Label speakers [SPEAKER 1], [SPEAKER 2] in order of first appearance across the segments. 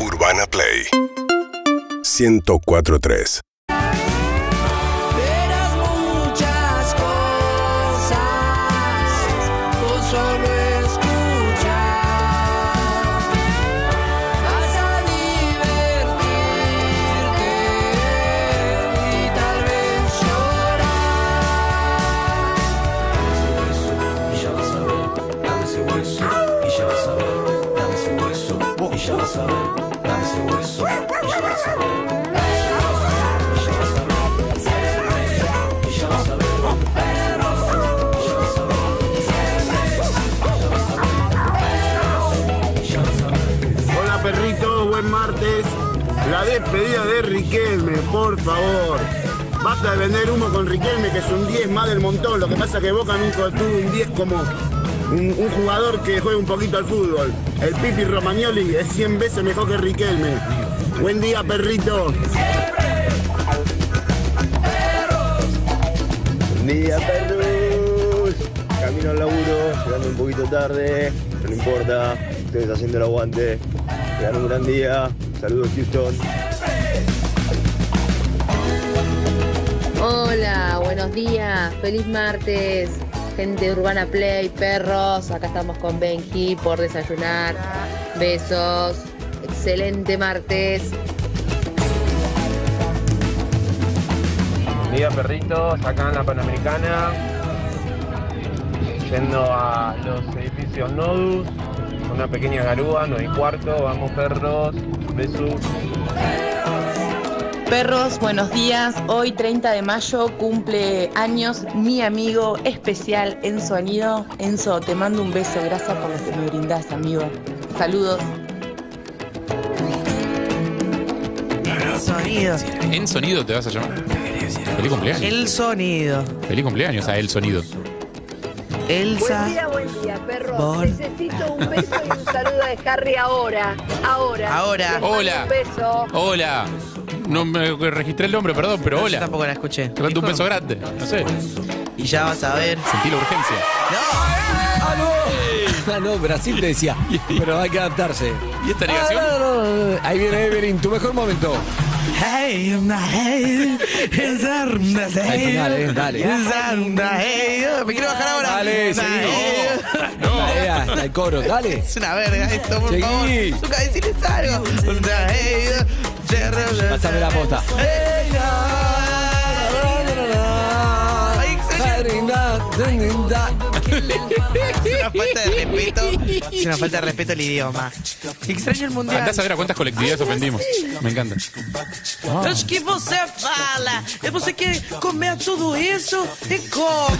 [SPEAKER 1] Urbana Play 1043.
[SPEAKER 2] Verás muchas cosas con solo escuchar. Vas a divertirte y tal vez llorar.
[SPEAKER 3] y ya vas a ver, dame ese hueso, y ya vas a ver, dame ese hueso, y ya vas a ver, dame ese hueso, y ya vas a ver.
[SPEAKER 4] Hola perrito, buen martes. La despedida de Riquelme, por favor. Basta de vender humo con Riquelme, que es un 10 más del montón. Lo que pasa que Boca nunca tuvo un 10 como un, un jugador que juega un poquito al fútbol. El Pipi Romagnoli es 100 veces mejor que Riquelme. Buen día, perrito.
[SPEAKER 5] Buen día, perros. Camino al laburo, llegando un poquito tarde, pero no importa, ustedes haciendo el aguante. Tengan un gran día. Saludos, Houston.
[SPEAKER 6] Hola, buenos días, feliz martes, gente de Urbana Play, perros, acá estamos con Benji por desayunar, besos, excelente martes.
[SPEAKER 7] Mira perritos, acá en la Panamericana, yendo a los edificios Nodus, una pequeña garúa, 9 y cuarto, vamos perros, besos.
[SPEAKER 8] Perros, buenos días. Hoy 30 de mayo cumple años mi amigo especial Enzo Anido. Enzo, te mando un beso. Gracias por lo que me brindás, amigo. Saludos.
[SPEAKER 9] Sonido.
[SPEAKER 10] En sonido te vas a llamar. Feliz cumpleaños.
[SPEAKER 9] El sonido.
[SPEAKER 10] Feliz cumpleaños a El Sonido.
[SPEAKER 9] Elsa.
[SPEAKER 11] Buen día, buen día, perro.
[SPEAKER 9] Bon.
[SPEAKER 11] Necesito un beso y un saludo de Harry ahora. Ahora.
[SPEAKER 9] Ahora.
[SPEAKER 11] Les mando
[SPEAKER 10] Hola.
[SPEAKER 11] Un beso.
[SPEAKER 10] Hola. No me registré el nombre, perdón, pero
[SPEAKER 9] Yo
[SPEAKER 10] hola.
[SPEAKER 9] tampoco la escuché.
[SPEAKER 10] Te mando un beso grande. No sé.
[SPEAKER 9] Y ya vas a ver.
[SPEAKER 10] Sentí la urgencia.
[SPEAKER 12] Ah, no. Ah, no, Brasil te decía. Pero hay que adaptarse.
[SPEAKER 10] ¿Y esta
[SPEAKER 12] Ah,
[SPEAKER 10] negación?
[SPEAKER 12] no, no, no. Ahí viene Evelyn, tu mejor momento.
[SPEAKER 9] Hey, una hey, es una
[SPEAKER 12] Al
[SPEAKER 9] hey,
[SPEAKER 12] final, eh, dale.
[SPEAKER 9] es una hey. eh, Me quiero bajar ahora.
[SPEAKER 12] Dale,
[SPEAKER 9] Una
[SPEAKER 12] seguí.
[SPEAKER 9] hey.
[SPEAKER 12] Dale, hasta el coro, dale.
[SPEAKER 9] Es una verga esto, por
[SPEAKER 12] Seguí.
[SPEAKER 9] favor. Nunca decirles algo. Una hey, cerro-
[SPEAKER 12] Pásame la posta.
[SPEAKER 9] Hey, Ay, excelente. Es una falta de respeto. Es una falta de respeto al idioma. Extraño el mundial.
[SPEAKER 10] Andás a ver a cuántas colectividades ofendimos. Me encanta.
[SPEAKER 9] Mas que você fala, e você quer comer tudo isso e coma.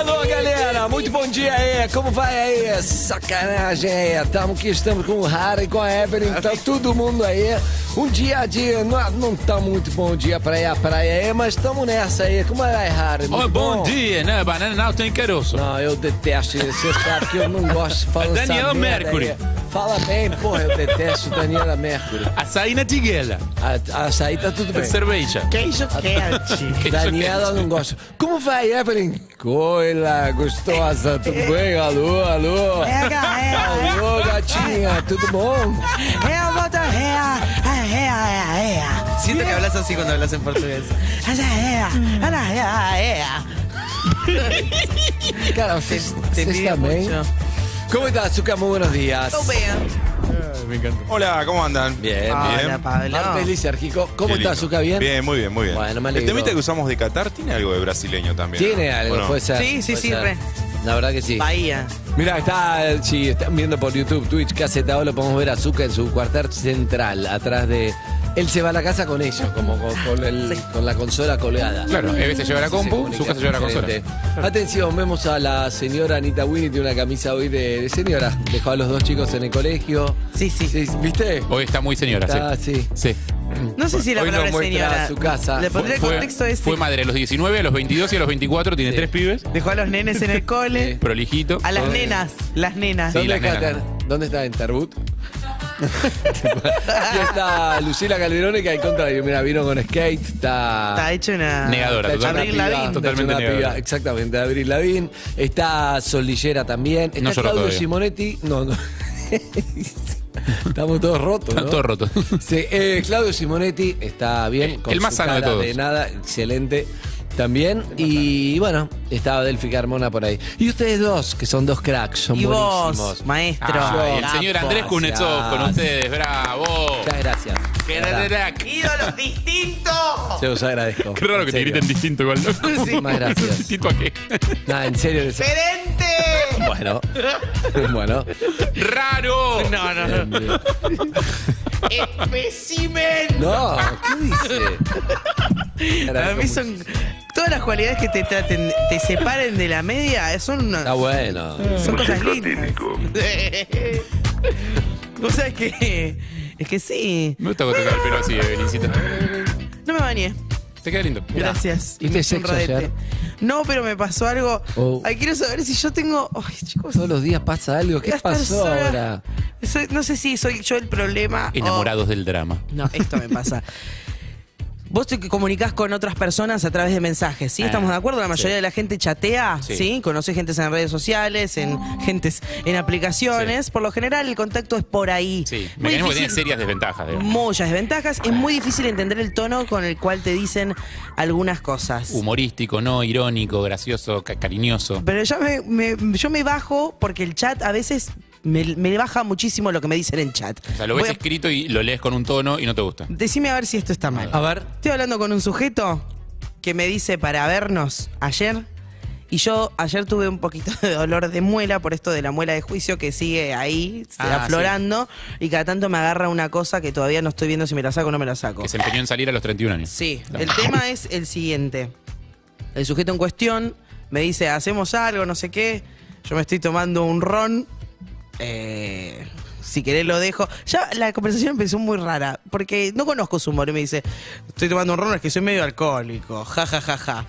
[SPEAKER 12] Alô, galera, muito bom dia aí. Como vai aí? Sacanagem aí. Tamo que estamos com o Harry, com a Evelyn, tá todo mundo aí. Um dia a dia, não, não tá muito bom dia pra ir à praia aí, mas tamo nessa aí. Como é, vai, Harry? Muito
[SPEAKER 10] Oh, bom dia, né? Banana não tem caroço.
[SPEAKER 12] Não, eu detesto isso. Você sabe que eu não gosto de falar essa
[SPEAKER 10] Daniel
[SPEAKER 12] merda
[SPEAKER 10] Mercury.
[SPEAKER 12] aí. Fala bem, porra, eu detesto Daniela Mercury.
[SPEAKER 10] Açaí na tiguela.
[SPEAKER 12] A, açaí tá tudo
[SPEAKER 9] Este
[SPEAKER 12] bem.
[SPEAKER 10] Cerveja.
[SPEAKER 9] Queijo quente.
[SPEAKER 10] Queijo
[SPEAKER 12] Daniela não gosta. Como vai, Evelyn? Coila, gostosa, tudo bem? Alô, alô. Alô, gatinha, tudo bom?
[SPEAKER 9] Siento que hablas así cuando hablas en portugués.
[SPEAKER 12] Cara, vocês,
[SPEAKER 9] Te
[SPEAKER 12] vocês
[SPEAKER 9] envidio
[SPEAKER 12] também?
[SPEAKER 9] mucho.
[SPEAKER 12] Como está, Suca? Muy buenos días.
[SPEAKER 9] Tú veas.
[SPEAKER 10] Me encanta.
[SPEAKER 5] Hola, ¿cómo andan?
[SPEAKER 12] Bien.
[SPEAKER 9] Hola, Pablo.
[SPEAKER 12] Martes lisérgico. Ah, ¿Cómo
[SPEAKER 5] Ah. Qué
[SPEAKER 12] está,
[SPEAKER 5] lindo.
[SPEAKER 12] Suca? ¿Bien?
[SPEAKER 5] Bien, muy bien, muy bien.
[SPEAKER 12] Bueno, me
[SPEAKER 5] el
[SPEAKER 12] alegro.
[SPEAKER 5] temita que usamos de Qatar tiene algo de brasileño también.
[SPEAKER 12] Tiene
[SPEAKER 5] ¿no?
[SPEAKER 12] algo,
[SPEAKER 5] ¿O no?
[SPEAKER 12] puede ser.
[SPEAKER 9] Sí, sí,
[SPEAKER 12] puede
[SPEAKER 9] sí,
[SPEAKER 12] ser.
[SPEAKER 9] re.
[SPEAKER 12] La verdad que sí.
[SPEAKER 9] Bahía.
[SPEAKER 12] Mira, está, si están viendo por YouTube, Twitch, Caseta O, lo podemos ver a Zucca en su cuartel central, atrás de. Él se va a la casa con ellos, como con, con el- con la consola colgada.
[SPEAKER 10] Claro, Eve se lleva la
[SPEAKER 12] Sí,
[SPEAKER 10] compu,
[SPEAKER 12] comunica
[SPEAKER 10] Zucca se lleva la consola.
[SPEAKER 12] diferente. Atención, vemos a la señora Anita Winnie, tiene una camisa hoy de, de señora. Dejó a los dos chicos en el colegio.
[SPEAKER 9] Sí, sí.
[SPEAKER 12] ¿Viste?
[SPEAKER 10] Hoy está muy señora,
[SPEAKER 12] Está,
[SPEAKER 10] sí.
[SPEAKER 12] sí.
[SPEAKER 10] Sí.
[SPEAKER 9] No sé si la
[SPEAKER 12] Hoy nos
[SPEAKER 9] palabra es
[SPEAKER 12] muestra
[SPEAKER 9] señora.
[SPEAKER 12] su casa.
[SPEAKER 9] Le pondré el
[SPEAKER 10] Fue,
[SPEAKER 9] contexto este.
[SPEAKER 10] fue madre a los 19, a los 22 y a los 24. Tiene
[SPEAKER 12] Sí.
[SPEAKER 10] tres pibes.
[SPEAKER 9] Dejó a los nenes en el cole.
[SPEAKER 10] Prolijito.
[SPEAKER 9] A las nenas. Las nenas.
[SPEAKER 10] Sí.
[SPEAKER 12] ¿Dónde,
[SPEAKER 10] las
[SPEAKER 12] está,
[SPEAKER 10] nenas.
[SPEAKER 12] Ter- ¿Dónde está? ¿En Tarbut? y está Lucila Calderone, que al contrario, mira, vino con skate,
[SPEAKER 9] Está hecho una.
[SPEAKER 12] Está
[SPEAKER 10] Negadora,
[SPEAKER 12] hecho
[SPEAKER 10] total.
[SPEAKER 12] una
[SPEAKER 9] Abril
[SPEAKER 12] piba,
[SPEAKER 9] Lavín.
[SPEAKER 12] está hecho
[SPEAKER 10] Totalmente
[SPEAKER 12] una
[SPEAKER 10] negadora.
[SPEAKER 12] piba, Exactamente, Abril Lavín. Está Solillera también. Está
[SPEAKER 10] No lloró
[SPEAKER 12] Claudio
[SPEAKER 10] todavía.
[SPEAKER 12] Simonetti. No, no. Estamos todos rotos. ¿no?
[SPEAKER 10] Están todos rotos.
[SPEAKER 12] Sí, eh, Claudio Simonetti está bien.
[SPEAKER 10] El- el más
[SPEAKER 12] su
[SPEAKER 10] sano de
[SPEAKER 12] cara
[SPEAKER 10] todos.
[SPEAKER 12] De nada, excelente también. Y bueno, estaba Delphi Carmona por ahí. Y ustedes dos, que son dos cracks, son
[SPEAKER 9] Y vos,
[SPEAKER 12] buenísimos.
[SPEAKER 9] maestro.
[SPEAKER 10] Ah, el
[SPEAKER 9] Capo.
[SPEAKER 10] señor Andrés Kuznetsov con ustedes, bravo.
[SPEAKER 12] Muchas gracias.
[SPEAKER 10] Qué
[SPEAKER 12] De verdad,
[SPEAKER 10] crack.
[SPEAKER 9] ¡Ídolos distintos!
[SPEAKER 12] Se los agradezco.
[SPEAKER 10] Qué raro
[SPEAKER 12] En
[SPEAKER 10] que te
[SPEAKER 12] serio.
[SPEAKER 10] griten distinto igual. ¿no?
[SPEAKER 12] Muchísimas gracias.
[SPEAKER 10] ¿Distinto a qué?
[SPEAKER 12] Nah, en serio. les-
[SPEAKER 9] ¡Diferente!
[SPEAKER 12] Bueno, bueno.
[SPEAKER 10] ¡Raro!
[SPEAKER 9] No, no, no. ¡Especimen!
[SPEAKER 12] No, ¿qué dice?
[SPEAKER 9] Para mí son. Todas las cualidades que te traten, te separen de la media son una-
[SPEAKER 12] Está bueno.
[SPEAKER 9] Son cosas lindas. Vos sabés que. Es que sí.
[SPEAKER 10] Me gusta tocar el pelo así, Belincita.
[SPEAKER 9] No me bañé.
[SPEAKER 10] Te queda lindo.
[SPEAKER 9] Gracias.
[SPEAKER 12] ¿Tuviste
[SPEAKER 9] Me hice un
[SPEAKER 12] sexo
[SPEAKER 9] rodete.
[SPEAKER 12] ayer?
[SPEAKER 9] No, pero me pasó algo.
[SPEAKER 12] Oh.
[SPEAKER 9] Ay, quiero saber si yo tengo. Ay, chicos.
[SPEAKER 12] Todos los días pasa algo.
[SPEAKER 9] voy
[SPEAKER 12] ¿Qué
[SPEAKER 9] a estar
[SPEAKER 12] pasó
[SPEAKER 9] sola.
[SPEAKER 12] ahora?
[SPEAKER 9] Soy- no sé si soy yo el problema. o-
[SPEAKER 10] Enamorados del drama.
[SPEAKER 9] No, esto me pasa. Vos te comunicás con otras personas a través de mensajes, ¿sí?
[SPEAKER 10] Ah,
[SPEAKER 9] Estamos de acuerdo, la mayoría de la gente chatea,
[SPEAKER 10] Sí.
[SPEAKER 9] ¿sí? Conoce gentes en redes sociales, en gentes en aplicaciones. Por lo general el contacto es por ahí.
[SPEAKER 10] Sí,
[SPEAKER 9] Muy
[SPEAKER 10] mecanismo que tiene
[SPEAKER 9] difícil-
[SPEAKER 10] serias desventajas. digamos.
[SPEAKER 9] Muchas desventajas. Es muy difícil entender el tono con el cual te dicen algunas cosas.
[SPEAKER 10] Humorístico, no, irónico, gracioso, ca- cariñoso.
[SPEAKER 9] Pero ya me, me- yo me bajo porque el chat a veces me, me baja muchísimo lo que me dicen en chat.
[SPEAKER 10] O sea, lo
[SPEAKER 9] Voy
[SPEAKER 10] ves
[SPEAKER 9] a-
[SPEAKER 10] escrito y lo lees con un tono y no te gusta.
[SPEAKER 9] Decime a ver si esto está mal.
[SPEAKER 12] A ver.
[SPEAKER 9] Estoy hablando con un sujeto que me dice para vernos ayer. Y yo ayer tuve un poquito de dolor de muela por esto de la muela de juicio que sigue ahí se-
[SPEAKER 10] Ah,
[SPEAKER 9] aflorando y cada tanto me agarra una cosa que todavía no estoy viendo si me la saco o no me la saco.
[SPEAKER 10] Que se empeñó en salir a los 31 años.
[SPEAKER 9] Sí, el tema es el siguiente. El sujeto en cuestión me dice, hacemos algo, no sé qué. Yo me estoy tomando un ron. Eh, si querés lo dejo. Ya la conversación empezó muy rara, porque no conozco su humor. Y me dice, estoy tomando un ron, es que soy medio alcohólico. Ja, ja, ja, ja.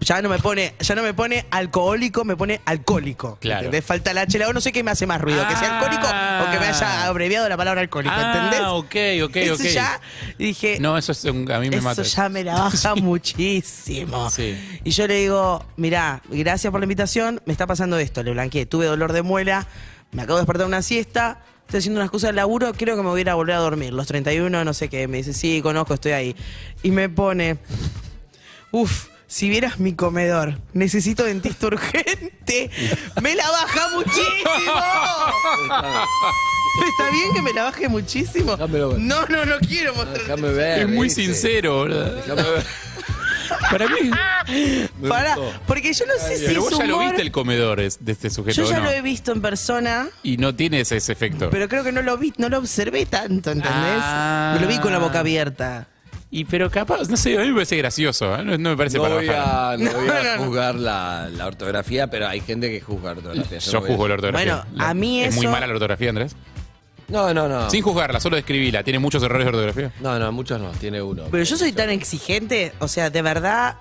[SPEAKER 9] Ya no me pone, ya no me pone alcohólico, me pone alcohólico.
[SPEAKER 10] Claro.
[SPEAKER 9] ¿Entendés? Falta la H, la O, no sé qué me hace más ruido, que sea alcohólico
[SPEAKER 10] Ah.
[SPEAKER 9] o que me haya abreviado la palabra alcohólico, ¿entendés?
[SPEAKER 10] Ah, ok, ok,
[SPEAKER 9] Eso
[SPEAKER 10] ok.
[SPEAKER 9] ya dije,
[SPEAKER 10] No, eso es un- a mí me
[SPEAKER 9] eso
[SPEAKER 10] mata.
[SPEAKER 9] ya me la baja muchísimo.
[SPEAKER 10] Sí.
[SPEAKER 9] Y yo le digo, mirá, gracias por la invitación, me está pasando esto, le blanqueé, tuve dolor de muela, me acabo de despertar una siesta, estoy haciendo unas cosas de laburo, creo que me voy a ir a volver a dormir, los 31, no sé qué, me dice, sí, conozco, estoy ahí. Y me pone, uff. Si vieras mi comedor, necesito dentista urgente. Me la baja muchísimo. Está bien que me la baje muchísimo.
[SPEAKER 12] Dámelo, bueno.
[SPEAKER 9] No, no, no quiero mostrar.
[SPEAKER 12] Déjame ver.
[SPEAKER 10] Es muy
[SPEAKER 12] dice.
[SPEAKER 10] sincero, ¿verdad?
[SPEAKER 12] Déjame ver.
[SPEAKER 10] Para mí.
[SPEAKER 12] Me
[SPEAKER 9] Pará,
[SPEAKER 12] gustó.
[SPEAKER 9] porque yo no sé si
[SPEAKER 10] Pero
[SPEAKER 9] es
[SPEAKER 10] vos ya lo
[SPEAKER 9] Ah, humor.
[SPEAKER 10] viste el comedor es- de este sujeto,
[SPEAKER 9] Yo ya
[SPEAKER 10] ¿o
[SPEAKER 9] lo
[SPEAKER 10] no?
[SPEAKER 9] he visto en persona,
[SPEAKER 10] Y no tiene ese, ese efecto.
[SPEAKER 9] pero creo que no lo vi, no lo observé tanto, ¿entendés?
[SPEAKER 10] Ah.
[SPEAKER 9] Me lo vi con la boca abierta.
[SPEAKER 10] Y pero capaz, no sé, a mí me parece gracioso, ¿eh? no, no me parece
[SPEAKER 12] No
[SPEAKER 10] para
[SPEAKER 12] voy,
[SPEAKER 10] bajar.
[SPEAKER 12] a, no voy a
[SPEAKER 9] No, no, no.
[SPEAKER 12] juzgar la, la ortografía, pero hay gente que juzga ortografía.
[SPEAKER 10] Yo
[SPEAKER 12] no voy a-
[SPEAKER 10] juzgo la ortografía.
[SPEAKER 9] Bueno,
[SPEAKER 10] La-
[SPEAKER 9] a mí
[SPEAKER 10] ¿Es muy
[SPEAKER 9] eso-
[SPEAKER 10] mala la ortografía, Andrés?
[SPEAKER 12] No, no, no.
[SPEAKER 10] Sin juzgarla, solo describíla. Tiene muchos errores de ortografía.
[SPEAKER 12] No, no, muchos no. Tiene uno.
[SPEAKER 9] Pero yo soy tan exigente, o sea, de verdad.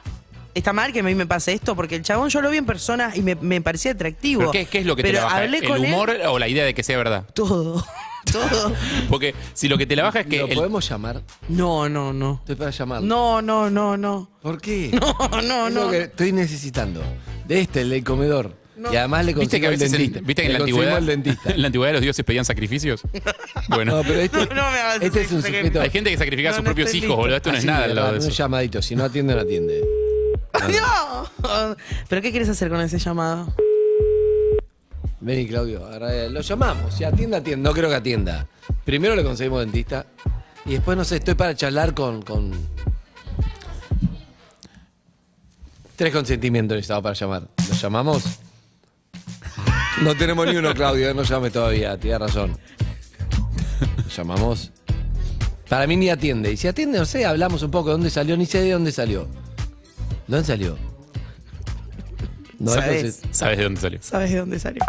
[SPEAKER 9] Está mal que a mí me pase esto, porque el chabón yo lo vi en persona y me, me parecía atractivo.
[SPEAKER 10] ¿Pero qué, qué es lo que te
[SPEAKER 9] Pero
[SPEAKER 10] la baja?
[SPEAKER 9] hablé
[SPEAKER 10] ¿El
[SPEAKER 9] con él
[SPEAKER 10] humor o la idea de que sea verdad?
[SPEAKER 9] todo. Todo.
[SPEAKER 10] Porque si lo que te la baja es que
[SPEAKER 12] ¿Lo
[SPEAKER 10] el-
[SPEAKER 12] podemos llamar?
[SPEAKER 9] No, no, no.
[SPEAKER 12] Estoy para llamarlo.
[SPEAKER 9] No, no, no, no.
[SPEAKER 12] ¿Por qué?
[SPEAKER 9] No, no,
[SPEAKER 12] Es lo
[SPEAKER 9] no.
[SPEAKER 12] que estoy necesitando. De este, el del comedor.
[SPEAKER 9] No.
[SPEAKER 12] Y además le
[SPEAKER 10] ¿Viste
[SPEAKER 12] conseguimos
[SPEAKER 10] que a
[SPEAKER 12] el
[SPEAKER 10] veces en-
[SPEAKER 12] dentista.
[SPEAKER 10] ¿viste que en
[SPEAKER 12] Le
[SPEAKER 10] la antigüedad,
[SPEAKER 12] conseguimos el dentista.
[SPEAKER 10] en la antigüedad los dioses pedían sacrificios? Bueno,
[SPEAKER 12] No, pero este,
[SPEAKER 9] No, no me hagas
[SPEAKER 12] este es un
[SPEAKER 9] ese
[SPEAKER 12] sujeto.
[SPEAKER 10] hay gente que sacrifica a
[SPEAKER 9] No,
[SPEAKER 10] sus
[SPEAKER 9] no
[SPEAKER 10] propios
[SPEAKER 9] estoy
[SPEAKER 10] hijos,
[SPEAKER 9] listo.
[SPEAKER 10] boludo. Esto no es
[SPEAKER 12] Así,
[SPEAKER 10] nada al lado de
[SPEAKER 12] hermano, Un
[SPEAKER 10] eso.
[SPEAKER 12] llamadito. Si no atiende, no atiende.
[SPEAKER 9] ¡No! ¿Pero qué quieres hacer con ese llamado?
[SPEAKER 12] Vení, Claudio. ahora, eh, lo llamamos. Si atiende, atiende. No creo que atienda. Primero le conseguimos dentista. Y después, no sé, estoy para charlar con. con... Tres consentimientos necesitaba para llamar. ¿Lo llamamos? No tenemos ni uno, Claudio. eh, No llame todavía. Tienes razón. ¿Lo llamamos? Para mí ni atiende. Y si atiende, no sé, hablamos un poco de dónde salió. Ni sé de dónde salió. ¿Dónde salió? No,
[SPEAKER 9] ¿Sabés?
[SPEAKER 12] entonces-
[SPEAKER 10] ¿Sabes de dónde salió?
[SPEAKER 9] ¿Sabes de dónde salió?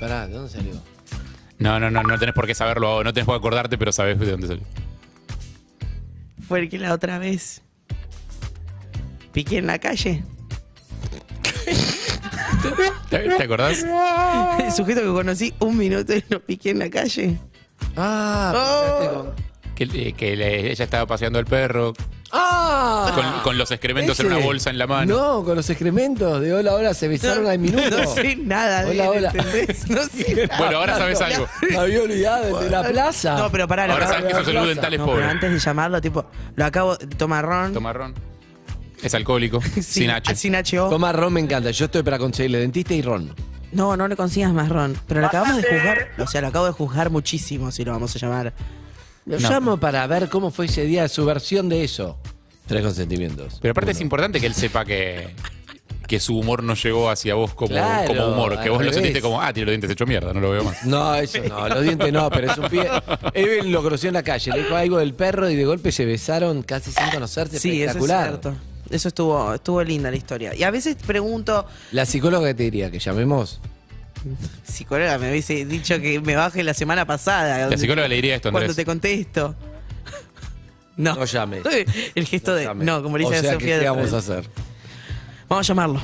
[SPEAKER 12] Pará, ¿de dónde salió?
[SPEAKER 10] No, no, no, no tenés por qué saberlo, no tenés por qué acordarte, pero sabes de dónde salió.
[SPEAKER 9] Fue el que la otra vez piqué en la calle.
[SPEAKER 10] ¿Te, te acordás?
[SPEAKER 9] El sujeto que conocí un minuto y lo piqué en la calle.
[SPEAKER 12] Ah,
[SPEAKER 9] Oh.
[SPEAKER 12] picaste con-
[SPEAKER 10] Que, eh, que le- ella estaba paseando al perro,
[SPEAKER 12] Ah!
[SPEAKER 10] Con, con los excrementos en
[SPEAKER 12] Ese.
[SPEAKER 10] una bolsa en la mano.
[SPEAKER 12] No, con los excrementos este de hola, hola, se besaron al minuto.
[SPEAKER 9] Oh, No sé nada de
[SPEAKER 12] Hola,
[SPEAKER 9] él,
[SPEAKER 12] hola.
[SPEAKER 9] ¿entendés? No sé nada.
[SPEAKER 10] Bueno, ahora sabes algo.
[SPEAKER 12] Me había olvidado el de la plaza.
[SPEAKER 9] No, pero pará. lo
[SPEAKER 10] Ahora
[SPEAKER 9] acabo-
[SPEAKER 10] sabes que sos el
[SPEAKER 9] No,
[SPEAKER 10] nudo dental es
[SPEAKER 9] pero
[SPEAKER 10] pobre.
[SPEAKER 9] antes de llamarlo, tipo, lo acabo... Toma ron.
[SPEAKER 10] Tomarrón. Es alcohólico. sin H.
[SPEAKER 9] Sin oh. H.O.
[SPEAKER 12] Toma ron, me encanta. Yo estoy para conseguirle dentista y ron.
[SPEAKER 9] No, no le consigas más ron. Pero lo acabamos de juzgar. O sea, lo acabo de juzgar muchísimo, si lo vamos a llamar.
[SPEAKER 12] Lo
[SPEAKER 10] No.
[SPEAKER 12] llamo para ver cómo fue ese día, su versión de eso. Tres consentimientos.
[SPEAKER 10] Pero aparte es importante que él sepa que, que su humor no llegó hacia vos como,
[SPEAKER 12] Claro,
[SPEAKER 10] como humor. Que
[SPEAKER 12] al
[SPEAKER 10] vos lo
[SPEAKER 12] revés.
[SPEAKER 10] sentiste como, ah, tiene los dientes hecho mierda, no lo veo más.
[SPEAKER 12] No, eso no, los dientes no, pero es un pie. Evelyn lo conoció en la calle, le dijo algo del perro y de golpe se besaron casi sin conocerse.
[SPEAKER 9] Sí, eso es
[SPEAKER 12] espectacular.
[SPEAKER 9] cierto. Eso estuvo, estuvo linda la historia. Y a veces pregunto,
[SPEAKER 12] La psicóloga que te diría que llamemos.
[SPEAKER 9] psicóloga, me hubiese dicho que me baje la semana pasada.
[SPEAKER 10] La psicóloga le diría esto,
[SPEAKER 9] Cuando
[SPEAKER 10] Andrés.
[SPEAKER 9] te contesto. No.
[SPEAKER 12] No llames.
[SPEAKER 9] El gesto de.
[SPEAKER 12] Llame.
[SPEAKER 9] No, como le dice
[SPEAKER 12] o sea,
[SPEAKER 9] a Sofía.
[SPEAKER 12] ¿Qué
[SPEAKER 9] de-
[SPEAKER 12] vamos a hacer?
[SPEAKER 9] Vamos a llamarlo.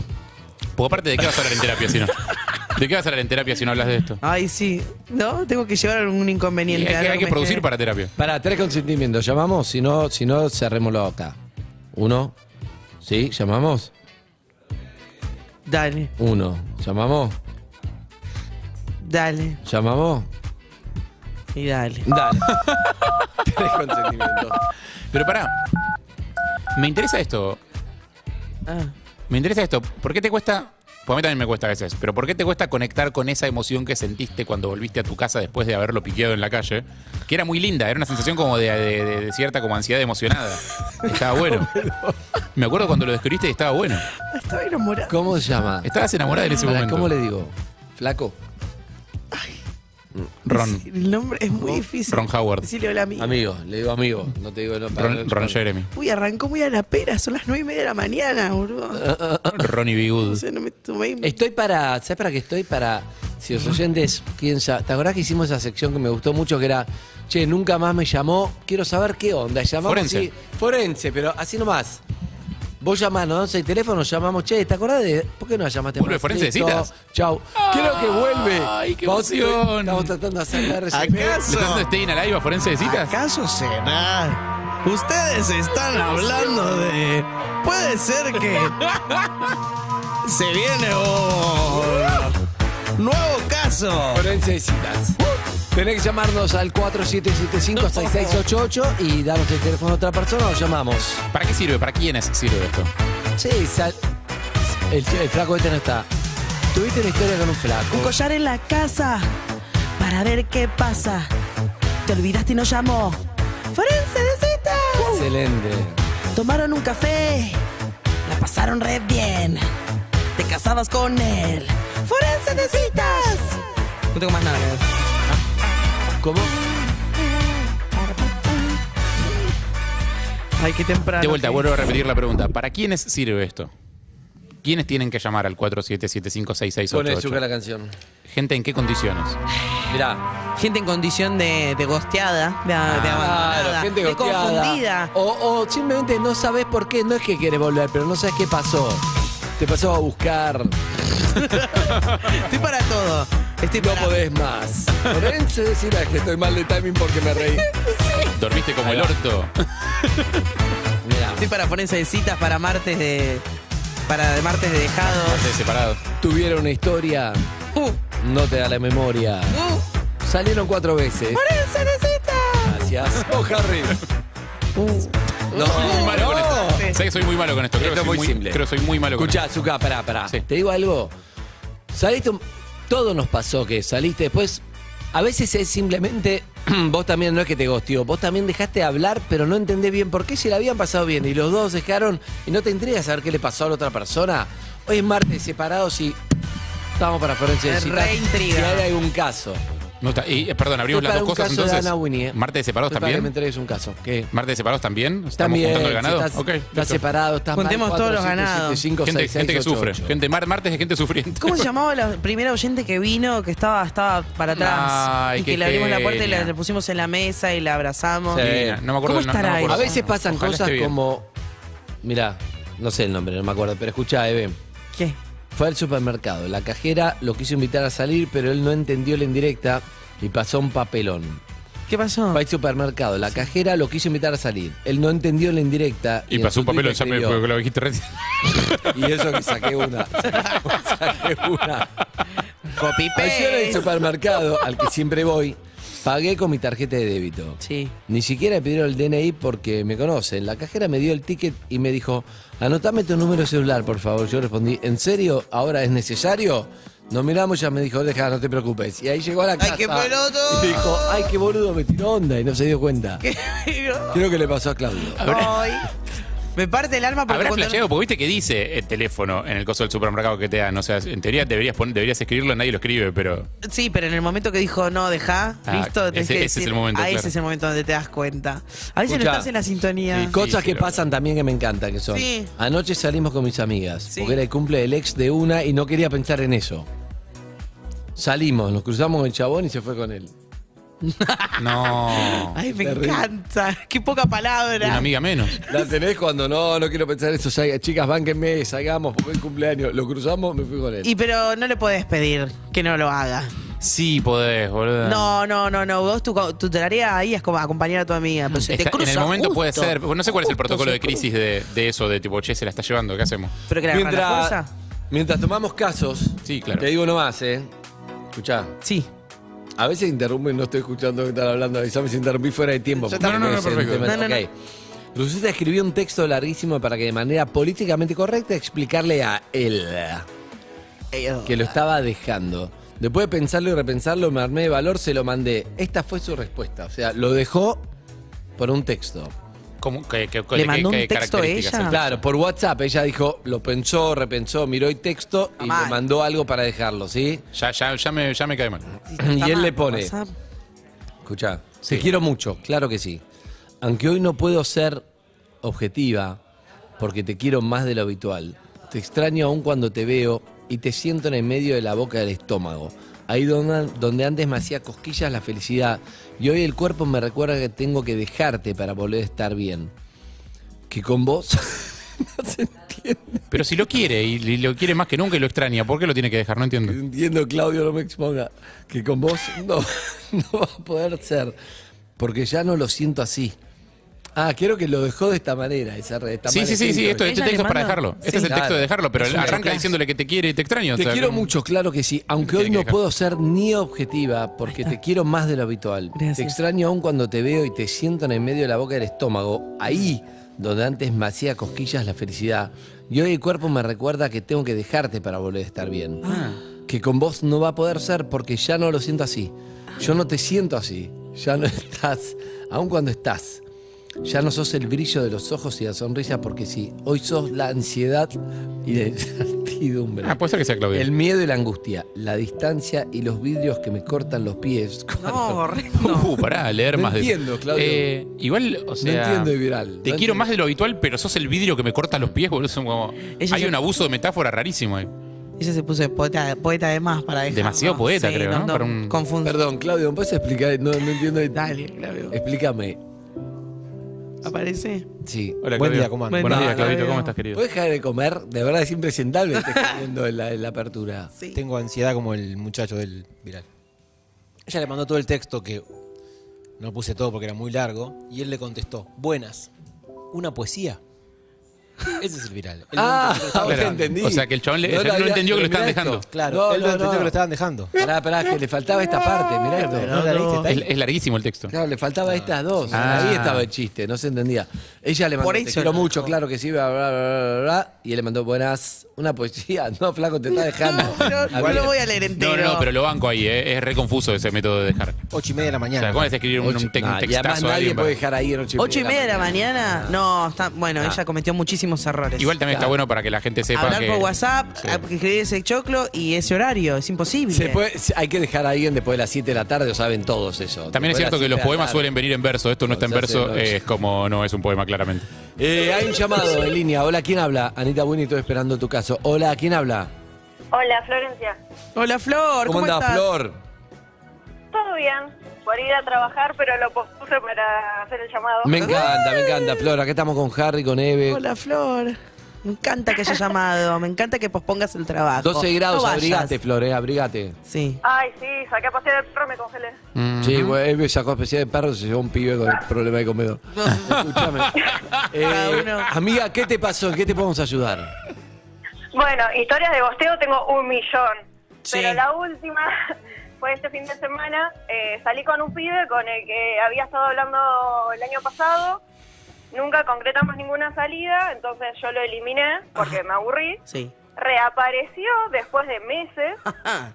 [SPEAKER 10] Porque aparte, ¿de qué vas a hablar en terapia si no? ¿De qué vas a hablar en terapia si no hablas de esto?
[SPEAKER 9] Ay, sí. No, tengo que llevar algún
[SPEAKER 10] Y hay
[SPEAKER 9] inconveniente.
[SPEAKER 10] que,
[SPEAKER 9] algo
[SPEAKER 10] hay que
[SPEAKER 9] me
[SPEAKER 10] producir
[SPEAKER 12] eh.
[SPEAKER 9] genere.
[SPEAKER 10] para terapia.
[SPEAKER 12] Para, tres consentimientos. ¿Llamamos? Si no, si no cerrémoslo acá. Uno. ¿Sí? ¿Llamamos?
[SPEAKER 9] Dale,
[SPEAKER 12] Uno. ¿Llamamos?
[SPEAKER 9] dale
[SPEAKER 12] ¿Llamamos?
[SPEAKER 9] y dale.
[SPEAKER 12] Dale. tres consentimientos.
[SPEAKER 10] Pero pará. Me interesa esto. Mm.
[SPEAKER 9] Ah.
[SPEAKER 10] Me interesa esto. ¿Por qué te cuesta.? Pues a mí también me cuesta a veces, pero ¿por qué te cuesta conectar con esa emoción que sentiste cuando volviste a tu casa después de haberlo piqueado en la calle? Que era muy linda, era una sensación como de, de- de- de cierta como ansiedad emocionada. Estaba bueno. Me acuerdo cuando lo descubriste y estaba bueno.
[SPEAKER 9] Estaba enamorada.
[SPEAKER 12] ¿Cómo se llama?
[SPEAKER 10] Estabas enamorada en ese
[SPEAKER 12] Pará,
[SPEAKER 10] momento.
[SPEAKER 12] ¿Cómo le digo? Flaco.
[SPEAKER 10] Ron.
[SPEAKER 9] El nombre es muy difícil.
[SPEAKER 10] Ron Howard.
[SPEAKER 9] Decirle hola a mí.
[SPEAKER 12] Amigo, le digo amigo. No te digo no, para-
[SPEAKER 10] Ron, Ron Jeremy.
[SPEAKER 9] Uy, arrancó muy a la pera. Son las nueve y media de la mañana, boludo.
[SPEAKER 10] Ronnie B.
[SPEAKER 9] No
[SPEAKER 10] Good.
[SPEAKER 9] sé, no me tomé.
[SPEAKER 12] Estoy para, ¿sabes para qué estoy? Para, si los oyentes piensan, ¿te acordás que hicimos esa sección que me gustó mucho que era, che, nunca más me llamó, quiero saber qué onda? Llamamos
[SPEAKER 10] Forense.
[SPEAKER 12] así- forense, pero así nomás. Vos llamás, nos damos el teléfono, llamamos, che, ¿te acordás de, por qué no la llamaste
[SPEAKER 10] Vuelve
[SPEAKER 12] más?
[SPEAKER 10] Forense de
[SPEAKER 12] Listo,
[SPEAKER 10] citas.
[SPEAKER 12] Chau. Quiero que vuelve.
[SPEAKER 10] Ay, qué
[SPEAKER 12] Vamos-
[SPEAKER 10] emoción.
[SPEAKER 12] Estamos tratando de hacer la RCP.
[SPEAKER 10] ¿Le estás haciendo stay in alive a forense de citas?
[SPEAKER 9] ¿Acaso será? Ustedes están hablando de. Puede ser que. Se viene un. Nuevo caso.
[SPEAKER 12] Forense de citas. Tenés que llamarnos al 4775-6688 y darnos el teléfono a otra persona o llamamos.
[SPEAKER 10] ¿Para qué sirve? ¿Para quiénes sirve esto?
[SPEAKER 12] Che, sal- el, el flaco este no está. Tuviste una historia con un flaco.
[SPEAKER 9] Un collar en la casa. Para ver qué pasa. Te olvidaste y no llamó. ¡Forense de citas!
[SPEAKER 12] Excelente.
[SPEAKER 9] Tomaron un café, la pasaron re bien. Te casabas con él. ¡Forense de citas! No tengo más nada.
[SPEAKER 12] ¿Cómo?
[SPEAKER 9] Ay, qué temprano.
[SPEAKER 10] De vuelta, vuelvo a repetir la pregunta. ¿Para quiénes sirve esto? ¿Quiénes tienen que llamar al 47756688?
[SPEAKER 12] canción.
[SPEAKER 10] ¿Gente en qué condiciones?
[SPEAKER 12] Mirá.
[SPEAKER 9] Gente en condición de, de gosteada, de, de abandonada,
[SPEAKER 12] gente
[SPEAKER 9] de
[SPEAKER 12] golpeada.
[SPEAKER 9] confundida.
[SPEAKER 12] O, o simplemente no sabes por qué. No es que quieres volver, pero no sabes qué pasó. Te pasó a buscar.
[SPEAKER 9] Estoy para todo. Estoy
[SPEAKER 12] No
[SPEAKER 9] para-
[SPEAKER 12] podés más. Lorenzo decirá que estoy mal de timing porque me reí.
[SPEAKER 10] ¿Dormiste como
[SPEAKER 12] Ahí
[SPEAKER 10] el
[SPEAKER 12] va.
[SPEAKER 10] orto?
[SPEAKER 12] Mirá.
[SPEAKER 9] Estoy para forense de citas, para martes de. Para de martes de dejados.
[SPEAKER 10] ¿Estás separado?
[SPEAKER 12] Tuvieron una historia.
[SPEAKER 9] Uh,
[SPEAKER 12] No te da la memoria.
[SPEAKER 9] uh,
[SPEAKER 12] Salieron cuatro veces.
[SPEAKER 9] ¡Forense de citas!
[SPEAKER 12] Gracias. Oh, Harry.
[SPEAKER 9] Uh.
[SPEAKER 12] No,
[SPEAKER 10] Soy muy malo con
[SPEAKER 12] no.
[SPEAKER 10] esto. Sé que soy muy malo con esto. Creo
[SPEAKER 12] Esto
[SPEAKER 10] que
[SPEAKER 12] es
[SPEAKER 10] soy
[SPEAKER 12] muy simple.
[SPEAKER 10] Creo que soy muy malo con esto.
[SPEAKER 12] Escuchá, Zucca, pará, pará.
[SPEAKER 10] Sí.
[SPEAKER 12] Te digo algo. Saliste, un- todo nos pasó que saliste después. A veces es simplemente, vos también no es que te gosteó, vos también dejaste de hablar, pero no entendés bien por qué se la habían pasado bien y los dos dejaron y no te entregas a saber qué le pasó a la otra persona. Hoy es martes separados y estamos para Florencia de
[SPEAKER 9] Me
[SPEAKER 12] Citas,
[SPEAKER 9] reintriga.
[SPEAKER 12] Si hay algún caso.
[SPEAKER 10] No está- y, eh, perdón, abrimos
[SPEAKER 12] Estoy
[SPEAKER 10] las
[SPEAKER 12] para
[SPEAKER 10] dos
[SPEAKER 12] un
[SPEAKER 10] cosas
[SPEAKER 12] caso de
[SPEAKER 10] entonces.
[SPEAKER 12] Ana Winnie, eh.
[SPEAKER 10] ¿Martes de
[SPEAKER 12] Estoy
[SPEAKER 10] separados
[SPEAKER 12] para que me
[SPEAKER 10] también?
[SPEAKER 12] entregues un caso. ¿Qué?
[SPEAKER 10] ¿Martes de separados también? ¿Estamos
[SPEAKER 12] También,
[SPEAKER 10] juntando el
[SPEAKER 12] si
[SPEAKER 10] ganado?
[SPEAKER 12] Estás,
[SPEAKER 10] Ok,
[SPEAKER 12] estás
[SPEAKER 10] listo.
[SPEAKER 12] separado, estás mal,
[SPEAKER 9] Juntemos todos
[SPEAKER 12] cuatro,
[SPEAKER 9] los
[SPEAKER 12] siete,
[SPEAKER 9] ganados.
[SPEAKER 12] siete, cinco,
[SPEAKER 10] Gente,
[SPEAKER 12] seis,
[SPEAKER 10] gente
[SPEAKER 12] seis,
[SPEAKER 10] que
[SPEAKER 12] ocho,
[SPEAKER 10] sufre.
[SPEAKER 12] ocho.
[SPEAKER 10] Gente, mar- martes de gente sufriente.
[SPEAKER 9] ¿Cómo se llamaba la primera oyente que vino, que estaba, estaba para atrás?
[SPEAKER 10] Ay,
[SPEAKER 9] y
[SPEAKER 10] qué
[SPEAKER 9] que le abrimos la puerta y la,
[SPEAKER 10] genia.
[SPEAKER 9] la pusimos en la mesa y la abrazamos.
[SPEAKER 12] Sí.
[SPEAKER 10] Divina, No me acuerdo
[SPEAKER 9] ¿Cómo
[SPEAKER 10] del no- no
[SPEAKER 9] estará
[SPEAKER 10] me acuerdo.
[SPEAKER 12] A veces pasan
[SPEAKER 10] Ojalá
[SPEAKER 12] cosas
[SPEAKER 10] esté bien.
[SPEAKER 12] como. Mirá, no sé el nombre, no me acuerdo, pero escuchá, Eve.
[SPEAKER 9] ¿Qué?
[SPEAKER 12] Fue al supermercado. La cajera lo quiso invitar a salir, pero él no entendió la indirecta y pasó un papelón.
[SPEAKER 9] ¿Qué pasó?
[SPEAKER 12] Para el supermercado. La cajera lo quiso invitar a salir. Él no entendió la indirecta.
[SPEAKER 10] Y
[SPEAKER 12] en
[SPEAKER 10] pasó
[SPEAKER 12] su
[SPEAKER 10] un papel,
[SPEAKER 12] Twitter
[SPEAKER 10] ya me
[SPEAKER 12] escribió,
[SPEAKER 10] porque lo dijiste recién.
[SPEAKER 12] Y eso que saqué una. saqué una.
[SPEAKER 9] Copy
[SPEAKER 12] Ayer en el
[SPEAKER 9] paste.
[SPEAKER 12] supermercado, al que siempre voy, pagué con mi tarjeta de débito.
[SPEAKER 9] Sí.
[SPEAKER 12] Ni siquiera me pidieron el DNI porque me conocen. La cajera me dio el ticket y me dijo, anotame tu número de celular, por favor. Yo respondí, ¿en serio? ¿Ahora es necesario? Nos miramos, ya me dijo, deja, no te preocupes. Y ahí llegó a la casa.
[SPEAKER 9] qué pelotudo!
[SPEAKER 12] Y dijo, ¡ay, qué boludo! Me tiró onda y no se dio cuenta. Creo que le pasó a Claudio.
[SPEAKER 9] Ay, me parte el alma porque
[SPEAKER 10] Habrá
[SPEAKER 9] cuando-
[SPEAKER 10] flasheado, porque viste que dice el teléfono en el coso del supermercado que te dan. O sea, en teoría deberías, poner- deberías escribirlo, nadie lo escribe, pero.
[SPEAKER 9] Sí, pero en el momento que dijo no, deja,
[SPEAKER 10] Ah,
[SPEAKER 9] listo, tenés
[SPEAKER 10] ese-
[SPEAKER 9] que
[SPEAKER 10] ese es el
[SPEAKER 9] decir-
[SPEAKER 10] momento,
[SPEAKER 9] Ah,
[SPEAKER 10] claro.
[SPEAKER 9] ese es el momento donde te das cuenta. A veces no
[SPEAKER 12] Escuchá.
[SPEAKER 9] estás en la sintonía.
[SPEAKER 10] Sí,
[SPEAKER 12] Cosas que
[SPEAKER 10] pero-
[SPEAKER 12] pasan también que me encantan, que son.
[SPEAKER 9] Sí.
[SPEAKER 12] Anoche salimos con mis amigas,
[SPEAKER 9] Sí.
[SPEAKER 12] porque era el cumple del ex de una y no quería pensar en eso. Salimos, nos cruzamos con el chabón y se fue con él.
[SPEAKER 10] No.
[SPEAKER 9] Ay, me
[SPEAKER 12] Terrible.
[SPEAKER 9] encanta. Qué poca
[SPEAKER 10] Una
[SPEAKER 9] palabra.
[SPEAKER 10] amiga menos.
[SPEAKER 12] La tenés cuando no, no quiero pensar en eso. salga- chicas, bánquenme, salgamos, porque es cumpleaños. Lo cruzamos, me fui con él.
[SPEAKER 9] Y pero no le podés pedir que no lo haga.
[SPEAKER 10] Sí, podés, boludo.
[SPEAKER 9] No, no, no, no. Vos tu, tu tarea ahí es como acompañar a tu amiga. Pero se te
[SPEAKER 10] Está- en
[SPEAKER 9] cruza
[SPEAKER 10] el momento
[SPEAKER 9] justo,
[SPEAKER 10] puede ser. No sé cuál es el
[SPEAKER 9] justo
[SPEAKER 10] protocolo
[SPEAKER 9] se
[SPEAKER 10] de crisis de, de eso, de tipo, che, se la está llevando, ¿qué hacemos?
[SPEAKER 9] cruza. Pero que la agarra la fuerza.
[SPEAKER 12] mientras tomamos casos,
[SPEAKER 10] Sí, claro.
[SPEAKER 12] te digo nomás, ¿eh? Escuchá,
[SPEAKER 9] Sí.
[SPEAKER 12] a veces interrumpen, no estoy escuchando que están hablando, avisame si interrumpí fuera de tiempo.
[SPEAKER 10] Yo
[SPEAKER 12] porque
[SPEAKER 10] también. No, no, no,
[SPEAKER 12] es el
[SPEAKER 10] perfecto.
[SPEAKER 12] tema-
[SPEAKER 9] No, no, no.
[SPEAKER 12] ok. Lucita escribió un texto larguísimo para que de manera políticamente correcta explicarle a él que lo estaba dejando. Después de pensarlo y repensarlo, me armé de valor, se lo mandé. Esta fue su respuesta. O sea, lo dejó por un texto.
[SPEAKER 10] ¿Cómo, qué, qué-
[SPEAKER 9] ¿Le
[SPEAKER 10] qué-
[SPEAKER 9] mandó
[SPEAKER 10] qué
[SPEAKER 9] un texto
[SPEAKER 10] características?
[SPEAKER 9] ella?
[SPEAKER 12] Claro, por WhatsApp. Ella dijo, lo pensó, repensó, miró el texto y
[SPEAKER 9] Mal.
[SPEAKER 12] le mandó algo para dejarlo, ¿sí?
[SPEAKER 10] Ya, ya, ya, me, ya me cae mal.
[SPEAKER 12] Y él le pone.
[SPEAKER 9] WhatsApp.
[SPEAKER 12] Escucha,
[SPEAKER 10] Sí.
[SPEAKER 12] te quiero mucho, claro que sí. Aunque hoy no puedo ser objetiva, porque te quiero más de lo habitual. Te extraño aún cuando te veo y te siento en el medio de la boca del estómago. Ahí donde, donde antes me hacía cosquillas la felicidad. Y hoy el cuerpo me recuerda que tengo que dejarte para volver a estar bien. Que con vos no se entiende.
[SPEAKER 10] Pero si lo quiere y, y lo quiere más que nunca y lo extraña, ¿por qué lo tiene que dejar? No entiendo.
[SPEAKER 12] Entiendo, Claudio, no me exponga. Que con vos no, no va a poder ser. Porque ya no lo siento así. Ah, quiero que lo dejó de esta manera. Esa, de esta
[SPEAKER 10] Sí,
[SPEAKER 12] manera
[SPEAKER 10] sí, sí, sí,
[SPEAKER 12] escrito.
[SPEAKER 10] esto, este
[SPEAKER 9] ¿Ella le
[SPEAKER 10] texto es para
[SPEAKER 9] manda?
[SPEAKER 10] dejarlo. Este
[SPEAKER 9] Sí.
[SPEAKER 10] es el texto
[SPEAKER 12] Claro.
[SPEAKER 10] de dejarlo, pero
[SPEAKER 12] Es una
[SPEAKER 10] arranca
[SPEAKER 12] clase.
[SPEAKER 10] diciéndole que te quiere y te extraña. o
[SPEAKER 12] Te
[SPEAKER 10] sea,
[SPEAKER 12] quiero
[SPEAKER 10] como-
[SPEAKER 12] mucho, claro que sí. Aunque
[SPEAKER 10] Tiene
[SPEAKER 12] hoy
[SPEAKER 10] que
[SPEAKER 12] no
[SPEAKER 10] dejar.
[SPEAKER 12] puedo ser ni objetiva, porque te quiero más de lo habitual.
[SPEAKER 9] Gracias.
[SPEAKER 12] Te extraño aún cuando te veo y te siento en el medio de la boca del estómago, ahí donde antes me hacía cosquillas la felicidad. Y hoy el cuerpo me recuerda que tengo que dejarte para volver a estar bien.
[SPEAKER 10] Ah.
[SPEAKER 12] Que con vos no va a poder ser porque ya no lo siento así.
[SPEAKER 10] Ah.
[SPEAKER 12] Yo no te siento así. Ya no estás, aun cuando estás. Ya no sos el brillo de los ojos y la sonrisa porque sí. Hoy sos la ansiedad y la incertidumbre.
[SPEAKER 10] Ah, puede ser que sea Claudio.
[SPEAKER 12] El miedo y la angustia, la distancia y los vidrios que me cortan los pies.
[SPEAKER 9] No, horrendo.
[SPEAKER 10] Uh, pará, leer
[SPEAKER 12] No
[SPEAKER 10] más de
[SPEAKER 12] entiendo, Claudio.
[SPEAKER 10] Eh, igual, o sea.
[SPEAKER 12] entiendo el viral, no
[SPEAKER 10] Te quiero
[SPEAKER 12] entiendo.
[SPEAKER 10] más de lo habitual, pero sos el vidrio que me corta los pies, boludo. son como-
[SPEAKER 9] Ella
[SPEAKER 10] Hay
[SPEAKER 9] se-
[SPEAKER 10] un abuso de metáfora rarísimo ahí.
[SPEAKER 9] Ella se puso de poeta, poeta de más para dejar.
[SPEAKER 10] Demasiado
[SPEAKER 9] ¿no?
[SPEAKER 10] poeta,
[SPEAKER 9] Sí,
[SPEAKER 10] creo, ¿no? Para un-
[SPEAKER 9] confund-
[SPEAKER 12] Perdón, Claudio, ¿me puedes explicar? No, no entiendo.
[SPEAKER 9] Dale, Claudio.
[SPEAKER 12] Explícame.
[SPEAKER 9] Aparece.
[SPEAKER 12] Sí.
[SPEAKER 10] Hola,
[SPEAKER 1] Buen
[SPEAKER 10] Claudio.
[SPEAKER 1] día, ¿cómo andan?
[SPEAKER 10] Buenos
[SPEAKER 9] Buen
[SPEAKER 10] días, Claudito.
[SPEAKER 9] día, Claudio.
[SPEAKER 10] ¿Cómo estás, querido?
[SPEAKER 12] ¿Puedes dejar de comer? De verdad es impresentable que estés comiendo en la, en la apertura.
[SPEAKER 9] Sí.
[SPEAKER 1] Tengo ansiedad como el muchacho del viral. Ella le mandó todo el texto que no puse todo porque era muy largo y él le contestó, buenas, una poesía. Ese es el viral. Él
[SPEAKER 12] Ah,
[SPEAKER 1] nunca-
[SPEAKER 12] ahora
[SPEAKER 10] Claro.
[SPEAKER 12] entendí.
[SPEAKER 10] O sea, que el chabón le- o sea,
[SPEAKER 12] la
[SPEAKER 10] no
[SPEAKER 12] había-
[SPEAKER 10] entendió que lo
[SPEAKER 12] pero
[SPEAKER 10] estaban
[SPEAKER 12] mirá esto.
[SPEAKER 10] dejando.
[SPEAKER 1] Claro,
[SPEAKER 12] No,
[SPEAKER 1] él no,
[SPEAKER 12] no,
[SPEAKER 1] entendió
[SPEAKER 12] no.
[SPEAKER 1] que lo estaban dejando.
[SPEAKER 12] Pará, pará, que le faltaba esta parte, mirá esto.
[SPEAKER 1] No, la leíste, está ahí.
[SPEAKER 10] Es, es larguísimo el texto.
[SPEAKER 12] Claro, le faltaba estas dos.
[SPEAKER 10] Ah.
[SPEAKER 12] Ahí estaba el chiste, no se entendía. Ella le mandó,
[SPEAKER 9] Por
[SPEAKER 12] te
[SPEAKER 9] eso
[SPEAKER 12] quiero
[SPEAKER 9] lo
[SPEAKER 12] mucho, claro que sí, bla, bla, bla, bla, bla, Y él le mandó, buenas, una poesía. No, flaco, te está dejando.
[SPEAKER 9] No, no
[SPEAKER 12] Amigo.
[SPEAKER 9] lo voy a leer
[SPEAKER 10] No,
[SPEAKER 9] entero.
[SPEAKER 10] no, pero lo banco ahí, eh. es re confuso ese método de dejar.
[SPEAKER 1] Ocho y media de la
[SPEAKER 10] O sea,
[SPEAKER 1] mañana.
[SPEAKER 10] ¿cómo es escribir un, un
[SPEAKER 12] Ocho-
[SPEAKER 10] tec- un
[SPEAKER 12] no, y además
[SPEAKER 10] textazo a
[SPEAKER 12] nadie
[SPEAKER 10] alguien? para-
[SPEAKER 12] puede dejar ahí en ocho
[SPEAKER 9] ¿Ocho y media de la mañana? No, está, bueno, ella cometió muchísimos errores.
[SPEAKER 10] Igual también está bueno para que la gente sepa
[SPEAKER 9] Hablar
[SPEAKER 10] que...
[SPEAKER 9] por WhatsApp,
[SPEAKER 10] Sí.
[SPEAKER 9] a- escribir ese choclo y ese horario, es imposible.
[SPEAKER 12] Se puede- se- hay que dejar a alguien después de las 7 de la tarde, o saben todos eso.
[SPEAKER 10] También
[SPEAKER 12] Después de
[SPEAKER 10] es cierto
[SPEAKER 12] las
[SPEAKER 10] que los
[SPEAKER 12] siete de la
[SPEAKER 10] poemas
[SPEAKER 12] tarde.
[SPEAKER 10] suelen venir en verso. Esto no está en
[SPEAKER 12] Entonces,
[SPEAKER 10] verso,
[SPEAKER 12] no,
[SPEAKER 10] es como no es un poema, claramente.
[SPEAKER 12] Eh, hay un llamado en línea. Hola, ¿quién habla? Anita Buini, estoy esperando tu caso. Hola, ¿quién habla?
[SPEAKER 11] Hola, Florencia.
[SPEAKER 9] Hola, Flor, ¿cómo,
[SPEAKER 12] anda,
[SPEAKER 9] estás?
[SPEAKER 12] Flor?
[SPEAKER 11] Todo bien. Por ir a trabajar, pero lo pospuse para hacer el llamado.
[SPEAKER 12] Me encanta, me encanta, Flor. Acá estamos con Harry, con Eve.
[SPEAKER 9] Hola, Flor. Me encanta que haya llamado, me encanta que pospongas el trabajo.
[SPEAKER 12] 12 grados,
[SPEAKER 9] No vayas.
[SPEAKER 12] abrigate, Flores, abrigate.
[SPEAKER 9] Sí.
[SPEAKER 13] Ay, sí, saqué a pasear el perro, me congelé.
[SPEAKER 12] Sí, güey, él sacó especial de perro, se llevó un pibe con el problema de comedor. Escúchame. Eh, amiga, ¿qué te pasó? ¿En qué te podemos ayudar?
[SPEAKER 13] Bueno, historias de bosteo tengo un millón. Pero la última fue este fin de semana. eh, salí con un pibe con el que había estado hablando el año pasado. Nunca concretamos ninguna salida, entonces yo lo eliminé porque me aburrí.
[SPEAKER 9] Sí.
[SPEAKER 13] Reapareció después de meses,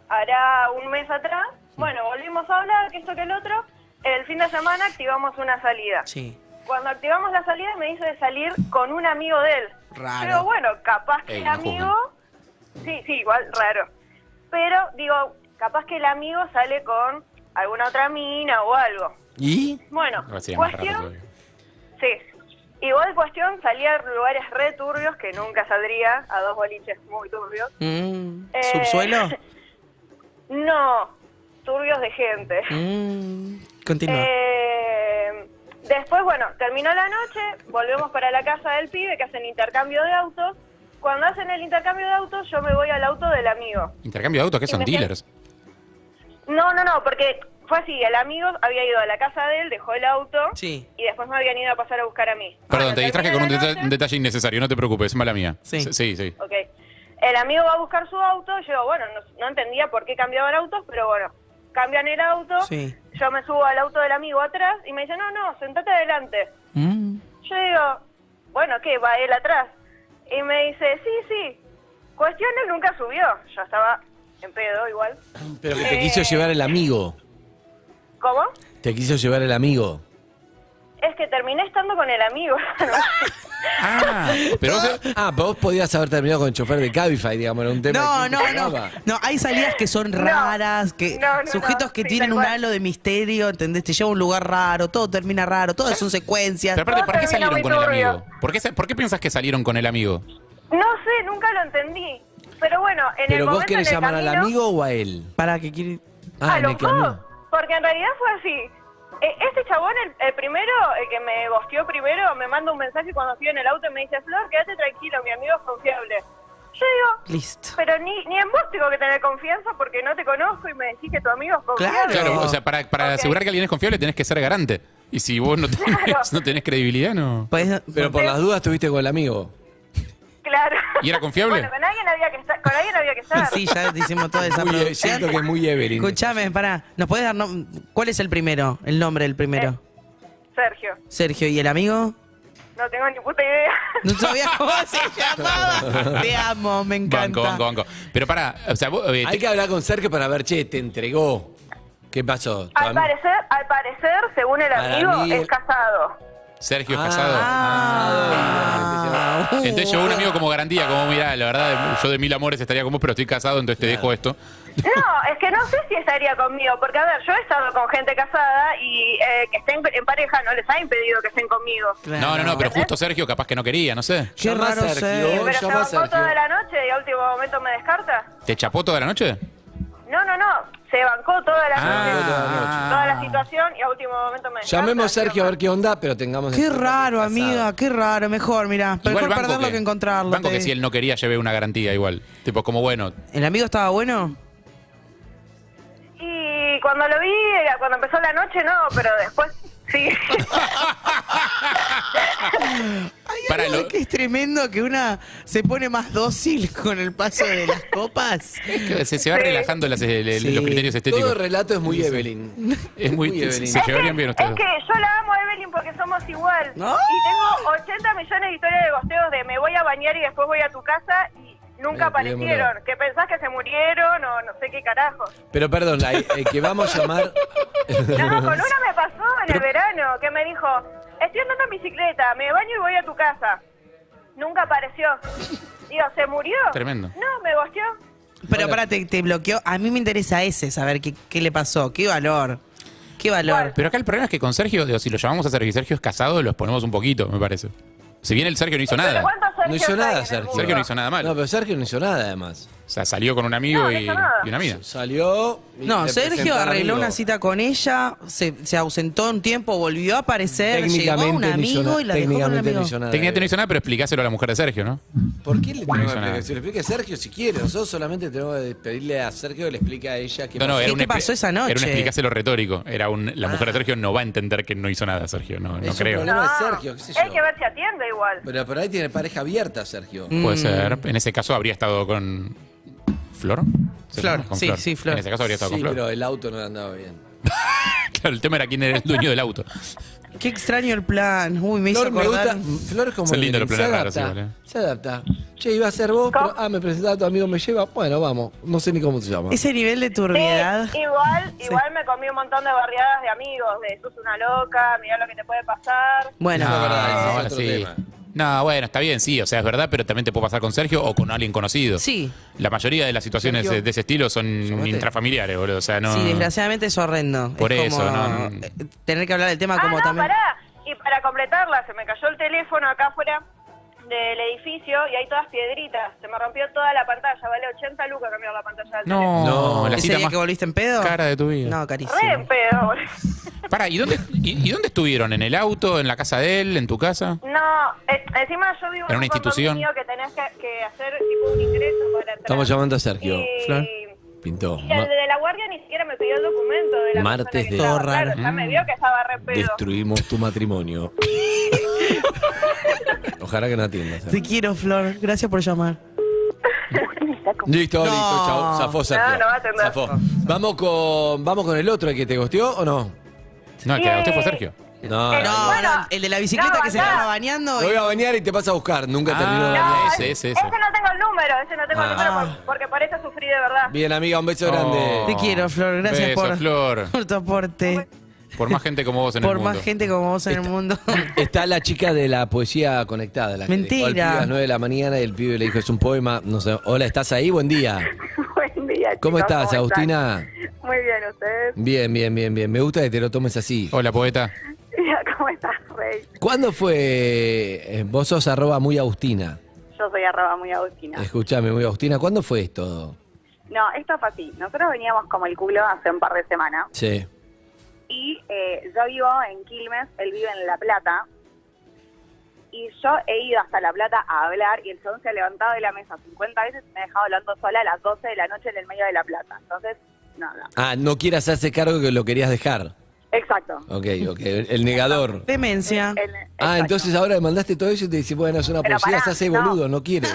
[SPEAKER 13] hará un mes atrás. Bueno, volvimos a hablar, que esto que el otro. El fin de semana activamos una salida.
[SPEAKER 9] Sí.
[SPEAKER 13] Cuando activamos la salida me dice de salir con un amigo de él.
[SPEAKER 9] Raro.
[SPEAKER 13] Pero bueno, capaz que
[SPEAKER 10] Eh,
[SPEAKER 9] Ey,
[SPEAKER 13] el
[SPEAKER 9] no juzguen.
[SPEAKER 13] amigo... Sí, sí, igual, raro. Pero digo, capaz que el amigo sale con alguna otra mina o algo.
[SPEAKER 12] ¿Y?
[SPEAKER 13] Bueno,
[SPEAKER 10] Ahora sí, es más raro
[SPEAKER 13] cuestión...
[SPEAKER 10] todavía.
[SPEAKER 13] Sí. Igual cuestión, salía a lugares re turbios que nunca saldría, a dos boliches muy turbios.
[SPEAKER 9] Mm.
[SPEAKER 13] Eh,
[SPEAKER 9] ¿Subsuelo?
[SPEAKER 13] No, turbios de gente.
[SPEAKER 9] Mm. Continúa.
[SPEAKER 13] Eh, después, bueno, terminó la noche, volvemos para la casa del pibe que hacen intercambio de autos. Cuando hacen el intercambio de autos, yo me voy al auto del amigo.
[SPEAKER 10] Intercambio de autos, ¿qué son? Dealers.
[SPEAKER 13] No, no, no, porque fue así, el amigo había ido a la casa de él, dejó el auto
[SPEAKER 9] Sí.
[SPEAKER 13] y después me habían ido a pasar a buscar a mí.
[SPEAKER 10] Perdón, te distraje con un, deta- un detalle innecesario, no te preocupes, es mala mía. Sí, sí. sí.
[SPEAKER 13] Ok. El amigo va a buscar su auto, yo, bueno, no, no entendía por qué cambiaban autos, pero bueno, cambian el auto,
[SPEAKER 10] Sí.
[SPEAKER 13] yo me subo al auto del amigo atrás y me dice, no, no, sentate adelante.
[SPEAKER 9] Mm.
[SPEAKER 13] Yo digo, bueno, ¿qué? Va él atrás. Y me dice, sí, sí. Cuestión, él nunca subió. Yo estaba en pedo igual.
[SPEAKER 12] Pero que te
[SPEAKER 9] Eh.
[SPEAKER 12] quiso llevar el amigo.
[SPEAKER 13] ¿Cómo?
[SPEAKER 12] Te quiso llevar el amigo.
[SPEAKER 13] Es que terminé estando con el amigo.
[SPEAKER 10] Ah, pero vos,
[SPEAKER 12] ah, pero vos podías haber terminado con el chofer de Cabify, digamos, era un tema.
[SPEAKER 9] No,
[SPEAKER 12] que te
[SPEAKER 9] no, no.
[SPEAKER 12] tocaba.
[SPEAKER 9] No, hay salidas que son raras, que
[SPEAKER 13] no, no,
[SPEAKER 9] sujetos que
[SPEAKER 13] sí,
[SPEAKER 9] tienen
[SPEAKER 13] tal
[SPEAKER 9] un
[SPEAKER 13] cual.
[SPEAKER 9] halo de misterio, ¿entendés? Te lleva a un lugar raro, todo termina raro, todas son secuencias.
[SPEAKER 10] Pero aparte, ¿por qué salieron con el amigo? ¿Por qué, sa- ¿Por qué pensás que salieron con el amigo?
[SPEAKER 13] no sé, nunca lo entendí. Pero bueno, en el momento en el camino-
[SPEAKER 12] o a él? Ah,
[SPEAKER 9] Para que quiere.
[SPEAKER 13] a los dos. Porque en realidad fue así. E- Este chabón, el, el primero, el que me bosteó primero, me manda un mensaje cuando estoy en el auto y me dice, Flor, quédate tranquilo, mi amigo es confiable. Yo digo,
[SPEAKER 9] Listo.
[SPEAKER 13] pero ni, ni en vos tengo que tener confianza porque no te conozco y me decís que tu amigo es confiable.
[SPEAKER 10] Claro, o sea, para, para asegurar que alguien es confiable tenés que ser garante. Y si vos no tenés, no tenés credibilidad, no.
[SPEAKER 12] Pero por las dudas estuviste con el amigo.
[SPEAKER 13] Claro.
[SPEAKER 10] ¿Y era confiable?
[SPEAKER 13] Bueno, con alguien había que estar. Con alguien había que estar.
[SPEAKER 9] Sí, ya hicimos toda esa
[SPEAKER 12] Muy- eh,
[SPEAKER 9] producción.
[SPEAKER 12] siento que es muy Evelyn.
[SPEAKER 9] Escuchame, pará. ¿Nos podés dar nom- cuál es el primero? El nombre del primero.
[SPEAKER 13] Eh, Sergio,
[SPEAKER 9] Sergio, ¿y el amigo?
[SPEAKER 13] no tengo ni puta idea.
[SPEAKER 9] No sabía cómo se llamaba. Te amo, me encanta.
[SPEAKER 10] Banco, banco, banco. Pero pará, o sea, vos, eh,
[SPEAKER 9] Este-
[SPEAKER 12] Hay que hablar con Sergio para ver, che, te entregó. ¿Qué pasó? ¿Tu
[SPEAKER 13] Al
[SPEAKER 12] am-
[SPEAKER 13] parecer, al parecer, según el
[SPEAKER 12] Para
[SPEAKER 13] amigo,
[SPEAKER 12] mí-
[SPEAKER 13] es casado.
[SPEAKER 10] Sergio es casado.
[SPEAKER 9] Ah.
[SPEAKER 12] Ah,
[SPEAKER 10] Entonces llevó un amigo como garantía, como mirá, la verdad, yo de mil amores estaría con vos, pero estoy casado, entonces te dejo esto.
[SPEAKER 13] No, es que no sé si estaría conmigo, porque a ver, yo he estado con gente casada y eh, que estén en pareja no les ha impedido que estén conmigo.
[SPEAKER 10] No, no, no, pero justo Sergio capaz que no quería, no sé.
[SPEAKER 9] Qué raro
[SPEAKER 13] Sí,
[SPEAKER 9] Sergio.
[SPEAKER 13] pero se
[SPEAKER 12] llama
[SPEAKER 13] bancó
[SPEAKER 12] Sergio.
[SPEAKER 13] toda la noche y a último momento me descarta.
[SPEAKER 10] ¿Te chapó toda la noche?
[SPEAKER 13] No, no, no, se bancó
[SPEAKER 9] Ah.
[SPEAKER 13] toda la noche,
[SPEAKER 12] Ah.
[SPEAKER 13] toda la situación y a último momento me descarta.
[SPEAKER 12] Llamemos a Sergio a ver qué onda, pero tengamos. este
[SPEAKER 9] Qué raro, amiga, qué raro. Mejor, mirá. Mejor
[SPEAKER 10] banco
[SPEAKER 9] perderlo que,
[SPEAKER 10] que-
[SPEAKER 9] encontrarlo.
[SPEAKER 10] Banco
[SPEAKER 9] te
[SPEAKER 10] que
[SPEAKER 9] digo.
[SPEAKER 10] si él no quería, llevé una garantía igual. Tipo, como bueno,
[SPEAKER 9] ¿El amigo estaba bueno?
[SPEAKER 13] Y cuando lo vi, eh, cuando empezó la noche, no, pero después sí.
[SPEAKER 10] Pará,
[SPEAKER 9] Algo
[SPEAKER 10] lo-
[SPEAKER 9] que es tremendo que una se pone más dócil con el paso de las copas.
[SPEAKER 10] que se, se va
[SPEAKER 9] Sí.
[SPEAKER 10] relajando las- el- el-
[SPEAKER 12] Sí.
[SPEAKER 10] los criterios estéticos.
[SPEAKER 12] Todo relato es muy
[SPEAKER 10] Sí, sí.
[SPEAKER 12] Evelyn. Este,
[SPEAKER 10] Es muy,
[SPEAKER 12] muy
[SPEAKER 10] se-
[SPEAKER 12] Evelyn.
[SPEAKER 10] Se,
[SPEAKER 12] Es
[SPEAKER 10] llevarían bien ustedes.
[SPEAKER 13] Es que yo la amo a Evelyn porque somos igual.
[SPEAKER 9] No.
[SPEAKER 13] Y tengo 80 millones de historias de gosteos de me voy a bañar y después voy a tu casa y nunca
[SPEAKER 12] Eh,
[SPEAKER 13] aparecieron.
[SPEAKER 12] cuidémonos.
[SPEAKER 13] Que pensás que se murieron o no sé qué carajo.
[SPEAKER 12] Pero perdón, la- el que vamos a llamar.
[SPEAKER 13] No, con una me pasó en el verano que me dijo, estoy andando en bicicleta, me baño y voy a tu casa. Nunca apareció. Digo, ¿se murió?
[SPEAKER 9] Tremendo.
[SPEAKER 13] No, me gosteó.
[SPEAKER 9] Pero pará, te, te bloqueó. A mí me interesa ese, saber qué, qué le pasó. Qué valor. Qué valor.
[SPEAKER 10] Pero acá el problema es que con Sergio, digo, si lo llamamos a Sergio y Sergio es casado, los ponemos un poquito, me parece. Si bien el Sergio no hizo nada.
[SPEAKER 12] No hizo nada, Sergio.
[SPEAKER 10] Sergio no hizo nada mal.
[SPEAKER 12] No, pero Sergio no hizo nada, además.
[SPEAKER 10] O sea, salió con un amigo y, y una amiga.
[SPEAKER 12] Salió. y
[SPEAKER 9] No,
[SPEAKER 12] te
[SPEAKER 9] Sergio
[SPEAKER 12] presentó al
[SPEAKER 9] arregló
[SPEAKER 12] amigo.
[SPEAKER 9] una cita con ella, se, se ausentó un tiempo, volvió a aparecer, llegó a un
[SPEAKER 12] Técnicamente no hizo
[SPEAKER 9] amigo
[SPEAKER 12] na-
[SPEAKER 9] y la dejó con un
[SPEAKER 12] técnicamente no
[SPEAKER 9] amigo.
[SPEAKER 12] hizo nada.
[SPEAKER 10] Técnicamente no hizo nada, pero explicáselo a la mujer de Sergio, ¿no?
[SPEAKER 14] ¿Por qué le
[SPEAKER 10] No
[SPEAKER 14] tenemos
[SPEAKER 10] hizo
[SPEAKER 14] que
[SPEAKER 10] nada.
[SPEAKER 14] explicar? Se lo explique Sergio si quiere. Nosotros solamente tenemos que pedirle a Sergio que le explique a ella qué
[SPEAKER 10] No, no,
[SPEAKER 14] pasó. Ah.
[SPEAKER 10] era un expli- Era un explicáselo retórico. Era un, la mujer de Sergio no va a entender que no hizo nada, Sergio. No, no
[SPEAKER 14] Es un
[SPEAKER 10] creo.
[SPEAKER 14] problema de Sergio, qué sé yo.
[SPEAKER 13] Hay que ver si atiende igual.
[SPEAKER 14] Pero por ahí tiene pareja abierta, Sergio.
[SPEAKER 9] Mm.
[SPEAKER 10] Puede ser. En ese caso habría estado con. ¿Flor? ¿Se
[SPEAKER 14] Flor,
[SPEAKER 10] llama? Con
[SPEAKER 14] sí, sí, Flor.
[SPEAKER 10] En ese caso habría estado
[SPEAKER 14] Sí,
[SPEAKER 10] con Flor.
[SPEAKER 14] pero el auto no andaba bien.
[SPEAKER 10] Claro, el tema era quién era el dueño del auto.
[SPEAKER 9] Qué extraño el plan. Uy, me
[SPEAKER 14] Flor
[SPEAKER 9] hizo
[SPEAKER 14] me
[SPEAKER 9] acordar.
[SPEAKER 14] gusta. Flor es como
[SPEAKER 10] Son lindos
[SPEAKER 14] que
[SPEAKER 10] los
[SPEAKER 14] se
[SPEAKER 10] planes raros,
[SPEAKER 14] adapta.
[SPEAKER 10] sí, vale.
[SPEAKER 12] Se adapta. Che, iba a ser vos, pero, ah, me presentaba a tu amigo, me lleva. Bueno, vamos. No sé ni cómo se llama.
[SPEAKER 9] Ese nivel de turbiedad.
[SPEAKER 13] Sí, igual, igual me comí un montón de barriadas de amigos, de sos una loca, mirá lo que te puede pasar.
[SPEAKER 9] Bueno.
[SPEAKER 10] no,
[SPEAKER 9] Eso es verdad, ese es
[SPEAKER 10] bueno,
[SPEAKER 9] otro
[SPEAKER 10] Ah, sí.
[SPEAKER 9] tema.
[SPEAKER 10] No, bueno, está bien, sí, o sea, es verdad, pero también te puede pasar con Sergio o con alguien conocido.
[SPEAKER 9] Sí.
[SPEAKER 10] La mayoría de las situaciones
[SPEAKER 9] Sergio.
[SPEAKER 10] de ese estilo son intrafamiliares, boludo. O sea, no.
[SPEAKER 9] Sí, desgraciadamente es horrendo.
[SPEAKER 10] Por
[SPEAKER 9] es
[SPEAKER 10] eso,
[SPEAKER 9] como
[SPEAKER 10] no, no.
[SPEAKER 9] eh, tener que hablar del tema como
[SPEAKER 13] ah, no,
[SPEAKER 9] también.
[SPEAKER 13] pará. Y para completarla, se me cayó el teléfono acá afuera del edificio y hay todas piedritas. Se me rompió toda la pantalla, vale 80 lucas cambiar la pantalla del teléfono.
[SPEAKER 10] No, la
[SPEAKER 9] ¿Ese
[SPEAKER 10] cita
[SPEAKER 9] día
[SPEAKER 10] más
[SPEAKER 9] que volviste en pedo?
[SPEAKER 10] cara de tu vida.
[SPEAKER 9] No, carísimo.
[SPEAKER 13] Re en pedo, boludo.
[SPEAKER 10] Pará, ¿y dónde, y, y dónde estuvieron? ¿En el auto? ¿En la casa de él? ¿En tu casa?
[SPEAKER 13] No, eh, encima yo vivo
[SPEAKER 10] Era
[SPEAKER 13] en
[SPEAKER 10] una
[SPEAKER 13] un
[SPEAKER 10] institución.
[SPEAKER 13] condominio que tenés que, que hacer tipo un ingreso para entrar.
[SPEAKER 14] Estamos llamando a Sergio.
[SPEAKER 13] Y-
[SPEAKER 14] Flor. Pintó.
[SPEAKER 13] Y el de la guardia ni siquiera me pidió el documento de la
[SPEAKER 14] Martes
[SPEAKER 13] persona que
[SPEAKER 14] de-
[SPEAKER 13] estaba.
[SPEAKER 14] Todo raro.
[SPEAKER 13] Claro, ya me vio que estaba re pedo.
[SPEAKER 14] Destruimos tu matrimonio. Ojalá que no atiendas. ¿eh?
[SPEAKER 9] Te quiero, Flor. Gracias por llamar.
[SPEAKER 10] Ah.
[SPEAKER 14] Listo,
[SPEAKER 9] No.
[SPEAKER 14] listo, chao. Zafó, Sergio.
[SPEAKER 13] No, no va a atender.
[SPEAKER 14] Zafó. Vamos con, vamos con el otro, el que te gosteó o no?
[SPEAKER 10] No,
[SPEAKER 13] el que usted fue Sergio.
[SPEAKER 14] No,
[SPEAKER 13] Eh,
[SPEAKER 9] No, no, el de la bicicleta
[SPEAKER 13] no,
[SPEAKER 9] que se
[SPEAKER 13] acá.
[SPEAKER 9] estaba bañando.
[SPEAKER 14] Lo voy
[SPEAKER 9] y-
[SPEAKER 14] a bañar y te pasa a buscar. Nunca
[SPEAKER 10] Ah,
[SPEAKER 14] terminó de
[SPEAKER 10] no,
[SPEAKER 14] bañar.
[SPEAKER 10] ese, ese, ese.
[SPEAKER 13] Ese no tengo el número, ese no tengo el
[SPEAKER 14] Ah.
[SPEAKER 13] número por- porque por eso sufrí de verdad.
[SPEAKER 14] Bien, amiga, un beso grande.
[SPEAKER 9] Te quiero, Flor. Gracias
[SPEAKER 10] Oh. Beso,
[SPEAKER 9] por,
[SPEAKER 10] Flor.
[SPEAKER 9] por tu aporte.
[SPEAKER 10] Por más gente como vos en
[SPEAKER 9] Por
[SPEAKER 10] el
[SPEAKER 9] más
[SPEAKER 10] mundo.
[SPEAKER 9] gente como vos en el mundo.
[SPEAKER 12] Está la chica de la poesía conectada. La que
[SPEAKER 9] Mentira.
[SPEAKER 12] dejó al pibe a las 9 de la mañana y el pibe le dijo, es un poema. No sé, hola, ¿estás ahí? Buen día.
[SPEAKER 13] Buen día,
[SPEAKER 12] ¿Cómo
[SPEAKER 13] chicos,
[SPEAKER 12] estás, Agustina?
[SPEAKER 13] están? Muy bien, ¿ustedes?
[SPEAKER 12] Bien, bien, bien, bien. Me gusta que te lo tomes así.
[SPEAKER 10] Hola, poeta.
[SPEAKER 13] ¿Cómo estás, Rey?
[SPEAKER 12] ¿Cuándo fue? eh, Vos sos arroba muy Agustina.
[SPEAKER 13] Yo soy arroba muy agustina.
[SPEAKER 12] Escuchame, muy Agustina. ¿Cuándo fue esto?
[SPEAKER 13] No, esto fue así. Nosotros veníamos como el culo hace un par de semanas.
[SPEAKER 12] Sí.
[SPEAKER 13] Y eh, yo vivo en Quilmes, él vive en La Plata. Y yo he ido hasta La Plata a hablar y el chabón se ha levantado de la mesa 50 veces y me ha dejado hablando sola a las 12 de la noche en el medio de La Plata. Entonces, no, no.
[SPEAKER 12] Ah, no quiere hacerse cargo que lo querías dejar.
[SPEAKER 13] Exacto.
[SPEAKER 12] Ok, ok. El negador.
[SPEAKER 9] Demencia.
[SPEAKER 12] Ah, entonces ahora le mandaste todo eso y te dice, bueno, es una
[SPEAKER 13] Pero
[SPEAKER 12] poesía,
[SPEAKER 13] pará,
[SPEAKER 12] se hace
[SPEAKER 13] no. Ah,
[SPEAKER 12] boludo, no quiere.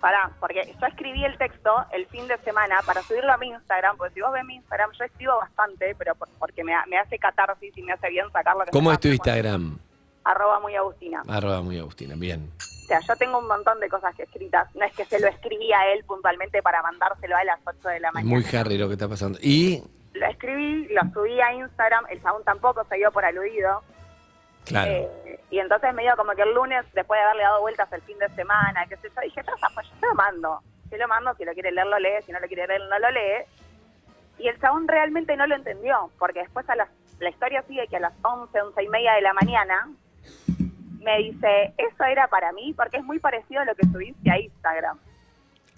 [SPEAKER 13] Pará, porque yo escribí el texto el fin de semana para subirlo a mi Instagram, porque si vos ves mi Instagram, yo escribo bastante, pero por- porque me, ha- me hace catarsis y me hace bien sacar lo que
[SPEAKER 12] ¿Cómo
[SPEAKER 13] me
[SPEAKER 12] es tu
[SPEAKER 13] pasa.
[SPEAKER 12] Instagram?
[SPEAKER 13] Arroba muy agustina.
[SPEAKER 12] Arroba muy Agustina, bien.
[SPEAKER 13] O sea, yo tengo un montón de cosas que escritas. No es que se lo escribí a él puntualmente para mandárselo a él a las 8 de la
[SPEAKER 12] Es
[SPEAKER 13] mañana.
[SPEAKER 12] muy Harry lo que está pasando. Y,
[SPEAKER 13] Lo escribí, lo subí a Instagram, el chabón tampoco se dio por aludido.
[SPEAKER 12] claro,
[SPEAKER 13] Eh, y entonces me dio como que el lunes, después de haberle dado vueltas el fin de semana, qué sé yo, dije, ya está, pues yo se lo mando. Se lo mando, si lo quiere leer, lo lee, si no lo quiere leer, no lo lee. Y el chabón realmente no lo entendió, porque después a las, la historia sigue que a las 11, 11 y media de la mañana me dice, eso era para mí, porque es muy parecido a lo que subiste a Instagram.